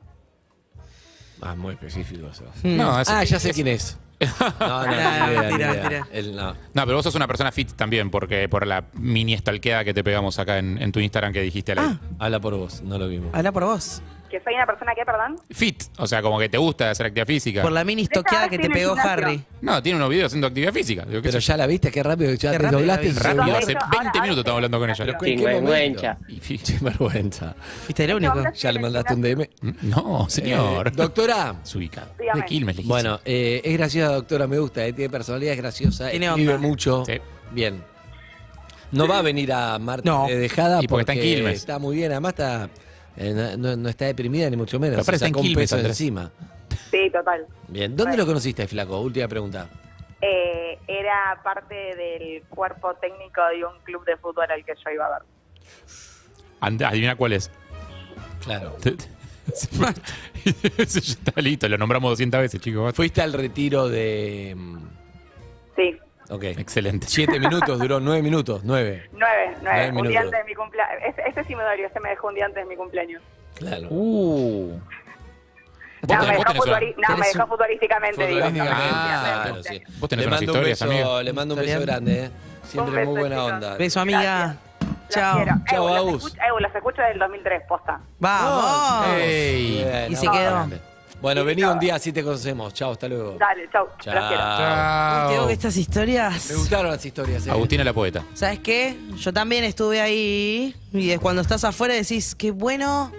[SPEAKER 12] Ah, muy específico eso.
[SPEAKER 10] Mm. No, eso
[SPEAKER 12] ah,
[SPEAKER 10] que-
[SPEAKER 12] ya sé
[SPEAKER 10] es-
[SPEAKER 12] quién es. No, no, ni idea,
[SPEAKER 10] Ah,
[SPEAKER 12] ni
[SPEAKER 10] mentira,
[SPEAKER 12] idea.
[SPEAKER 10] mentira.
[SPEAKER 12] Él no.
[SPEAKER 10] No, pero vos sos una persona fit también, porque por la mini estalqueada que te pegamos acá en, en tu Instagram que dijiste Ale.
[SPEAKER 12] Habla por vos, no lo vimos.
[SPEAKER 9] Habla por vos.
[SPEAKER 13] Que soy una persona que, perdón,
[SPEAKER 10] Fit, o sea, como que te gusta hacer actividad física.
[SPEAKER 9] Por la mini estoqueada que te pegó Harry.
[SPEAKER 10] No, tiene unos videos haciendo actividad física.
[SPEAKER 12] Pero ya la viste, qué rápido, ya
[SPEAKER 9] Qué
[SPEAKER 12] te
[SPEAKER 9] rápido la
[SPEAKER 12] doblaste.
[SPEAKER 9] viste.
[SPEAKER 10] Rápido,
[SPEAKER 9] Ahora-
[SPEAKER 10] hace 20 minutos estamos hablando con ella.
[SPEAKER 12] vergüenza.
[SPEAKER 10] Y-
[SPEAKER 12] Sin vergüenza.
[SPEAKER 9] Fuiste el único.
[SPEAKER 12] ¿Ya le mandaste un DM?
[SPEAKER 10] Mm, No, señor.
[SPEAKER 12] Eh, doctora.
[SPEAKER 10] Su ubicado.
[SPEAKER 12] Dígame.
[SPEAKER 10] De Quilmes, le dije.
[SPEAKER 12] Bueno, eh, es graciosa, doctora, me gusta. eh, tiene personalidad, es graciosa.
[SPEAKER 9] Tiene
[SPEAKER 12] escribe
[SPEAKER 9] onda.
[SPEAKER 12] mucho. Bien. No va a venir a Marte
[SPEAKER 9] No.
[SPEAKER 12] de dejada
[SPEAKER 10] Y
[SPEAKER 12] porque
[SPEAKER 10] porque está en Quilmes.
[SPEAKER 12] Está muy bien, además está. eh, no- no, no está deprimida ni mucho menos.
[SPEAKER 10] Pero aparte
[SPEAKER 12] Se
[SPEAKER 10] está en
[SPEAKER 12] sacó un
[SPEAKER 10] Quilmes,
[SPEAKER 12] peso de
[SPEAKER 10] Andrés.
[SPEAKER 12] encima.
[SPEAKER 13] sí, total.
[SPEAKER 12] Bien. ¿Dónde lo conociste, Flaco? Última pregunta.
[SPEAKER 13] Eh, era parte del cuerpo técnico de un club de fútbol al que yo iba a ver.
[SPEAKER 10] Andá, Adivina cuál es.
[SPEAKER 12] Claro.
[SPEAKER 10] Eso ya está listo, lo nombramos 200 veces, chicos.
[SPEAKER 12] Fuiste al retiro de. mm,
[SPEAKER 13] Sí,
[SPEAKER 12] Ok.
[SPEAKER 10] Excelente.
[SPEAKER 12] Siete minutos, duró nueve minutos. Nueve.
[SPEAKER 13] nueve, nueve. Un día
[SPEAKER 12] Nueve minutos.
[SPEAKER 13] antes de mi cumpleaños. Este, este sí me dolió, este me dejó un día antes de mi cumpleaños.
[SPEAKER 12] Claro.
[SPEAKER 10] Uh.
[SPEAKER 13] No, me
[SPEAKER 10] tenés-
[SPEAKER 13] dejó,
[SPEAKER 10] vos
[SPEAKER 13] futboli-
[SPEAKER 10] tenés una-
[SPEAKER 13] no, me
[SPEAKER 10] tenés
[SPEAKER 13] dejó
[SPEAKER 10] un-
[SPEAKER 13] futbolísticamente, digo.
[SPEAKER 10] Ah,
[SPEAKER 12] claro, sí.
[SPEAKER 10] Vos tenés
[SPEAKER 12] le
[SPEAKER 10] unas
[SPEAKER 12] mando
[SPEAKER 10] historias,
[SPEAKER 12] un beso,
[SPEAKER 10] amigo.
[SPEAKER 12] Le mando un beso grande, ¿eh? Siempre muy buena onda.
[SPEAKER 9] Beso, amiga. Chao.
[SPEAKER 13] Quiero.
[SPEAKER 12] Chau,
[SPEAKER 13] Evo, las
[SPEAKER 12] Agus.
[SPEAKER 13] escucho- Evo, las escucho desde el 2003, posta.
[SPEAKER 9] Vamos.
[SPEAKER 12] Ey.
[SPEAKER 9] Y
[SPEAKER 12] Bien,
[SPEAKER 9] se
[SPEAKER 12] no,
[SPEAKER 9] quedó.
[SPEAKER 12] grande. Bueno, vení un día, así te conocemos. Chao, hasta luego.
[SPEAKER 13] Dale, chau.
[SPEAKER 12] Chao.
[SPEAKER 13] Las quiero.
[SPEAKER 9] Uy, Tengo que
[SPEAKER 10] Chao.
[SPEAKER 9] estas historias.
[SPEAKER 12] Me gustaron las historias. eh.
[SPEAKER 10] Agustina la poeta.
[SPEAKER 9] ¿Sabes qué? Yo también estuve ahí y es cuando estás afuera decís, qué bueno,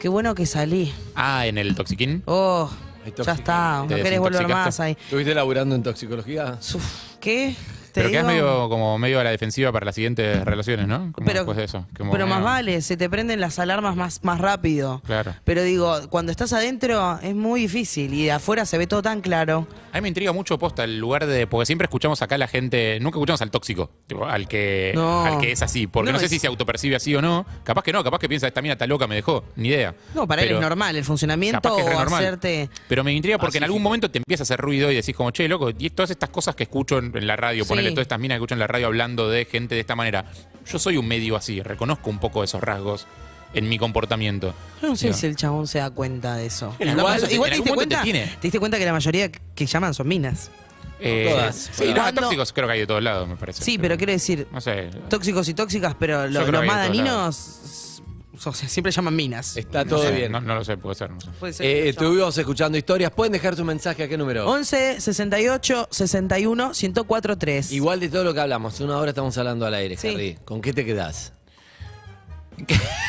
[SPEAKER 9] qué bueno que salí.
[SPEAKER 10] Ah, en el Toxiquín.
[SPEAKER 9] Oh, ya
[SPEAKER 12] Intoxicaste.
[SPEAKER 9] está, no
[SPEAKER 10] Te
[SPEAKER 9] querés volver
[SPEAKER 10] desintoxicaste.
[SPEAKER 9] más ahí.
[SPEAKER 12] ¿Estuviste laburando en toxicología?
[SPEAKER 9] Uf, ¿Qué? Te
[SPEAKER 10] Pero quedás
[SPEAKER 9] digo,
[SPEAKER 10] medio, como medio a la defensiva para las siguientes relaciones, ¿no? Como
[SPEAKER 9] Pero-
[SPEAKER 10] después de eso. Como,
[SPEAKER 9] pero más
[SPEAKER 10] medio-
[SPEAKER 9] vale, se te prenden las alarmas más, más rápido.
[SPEAKER 10] Claro.
[SPEAKER 9] Pero digo, cuando estás adentro es muy difícil y de afuera se ve todo tan claro.
[SPEAKER 10] A mí me intriga mucho posta el lugar de. Porque siempre escuchamos acá a la gente. Nunca escuchamos al tóxico, tipo, al que
[SPEAKER 9] No.
[SPEAKER 10] al que es así. Porque
[SPEAKER 9] No,
[SPEAKER 10] no, sé
[SPEAKER 9] es-
[SPEAKER 10] si se autopercibe así o no. Capaz que no, capaz que piensa, esta mina está loca, me dejó. Ni idea.
[SPEAKER 9] No, para él
[SPEAKER 10] Pero-
[SPEAKER 9] es normal el funcionamiento
[SPEAKER 10] capaz que es re
[SPEAKER 9] o
[SPEAKER 10] normal.
[SPEAKER 9] hacerte...
[SPEAKER 10] Pero me intriga porque en algún momento te empieza a hacer ruido y decís como, che, loco, y todas estas cosas que escucho en, en la radio,
[SPEAKER 9] Sí.
[SPEAKER 10] ponele todas estas minas que escucho en la radio hablando de gente de esta manera. Yo soy un medio así, reconozco un poco esos rasgos en mi comportamiento.
[SPEAKER 9] Yo no sé
[SPEAKER 10] Digo,
[SPEAKER 9] si el chabón se da cuenta de eso.
[SPEAKER 10] En algún momento- en
[SPEAKER 9] te
[SPEAKER 10] algún
[SPEAKER 9] diste
[SPEAKER 10] momento
[SPEAKER 9] cuenta,
[SPEAKER 10] te tiene.
[SPEAKER 9] te diste cuenta que la mayoría que llaman son minas.
[SPEAKER 10] eh,
[SPEAKER 12] todas.
[SPEAKER 10] sí, no,
[SPEAKER 9] Cuando-
[SPEAKER 10] tóxicos creo que hay de todos lados, me parece.
[SPEAKER 9] Sí, pero quiero decir,
[SPEAKER 10] No sé.
[SPEAKER 9] tóxicos y tóxicas, pero lo-
[SPEAKER 10] creo
[SPEAKER 9] los
[SPEAKER 10] que
[SPEAKER 9] más
[SPEAKER 10] hay de todos Eh,
[SPEAKER 9] dañinos o sea, siempre llaman minas.
[SPEAKER 12] Está
[SPEAKER 10] no
[SPEAKER 12] todo
[SPEAKER 10] sé,
[SPEAKER 12] bien.
[SPEAKER 10] No, no lo sé, puede ser. No sé.
[SPEAKER 9] Puede ser.
[SPEAKER 12] Eh, estuvimos escuchando historias. ¿Pueden dejar su mensaje a qué número?
[SPEAKER 9] 11 68 61 104 3.
[SPEAKER 12] Igual de todo lo que hablamos, una hora estamos hablando al aire,
[SPEAKER 9] Sí.
[SPEAKER 12] Harry. ¿Con qué te quedás?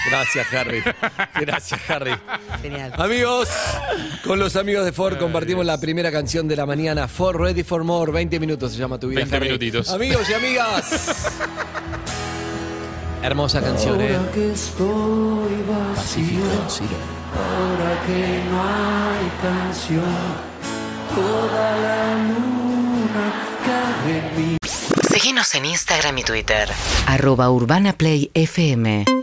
[SPEAKER 12] Gracias, Harry. Gracias, Harry.
[SPEAKER 9] Genial.
[SPEAKER 10] Ah,
[SPEAKER 12] Amigos, con los amigos de Ford compartimos la primera canción de la mañana. Ford Ready for More, 20 minutos se llama tu vida.
[SPEAKER 10] 20
[SPEAKER 12] Harry.
[SPEAKER 10] minutitos.
[SPEAKER 12] Amigos y amigas. Hermosa canción, ¿eh?
[SPEAKER 3] Ahora que estoy vacío,
[SPEAKER 12] Pacífico, Ciro.
[SPEAKER 3] ahora que no hay canción, toda la luna cae en mí.
[SPEAKER 16] Seguinos en Instagram y Twitter.
[SPEAKER 17] Arroba Urbana Play FM.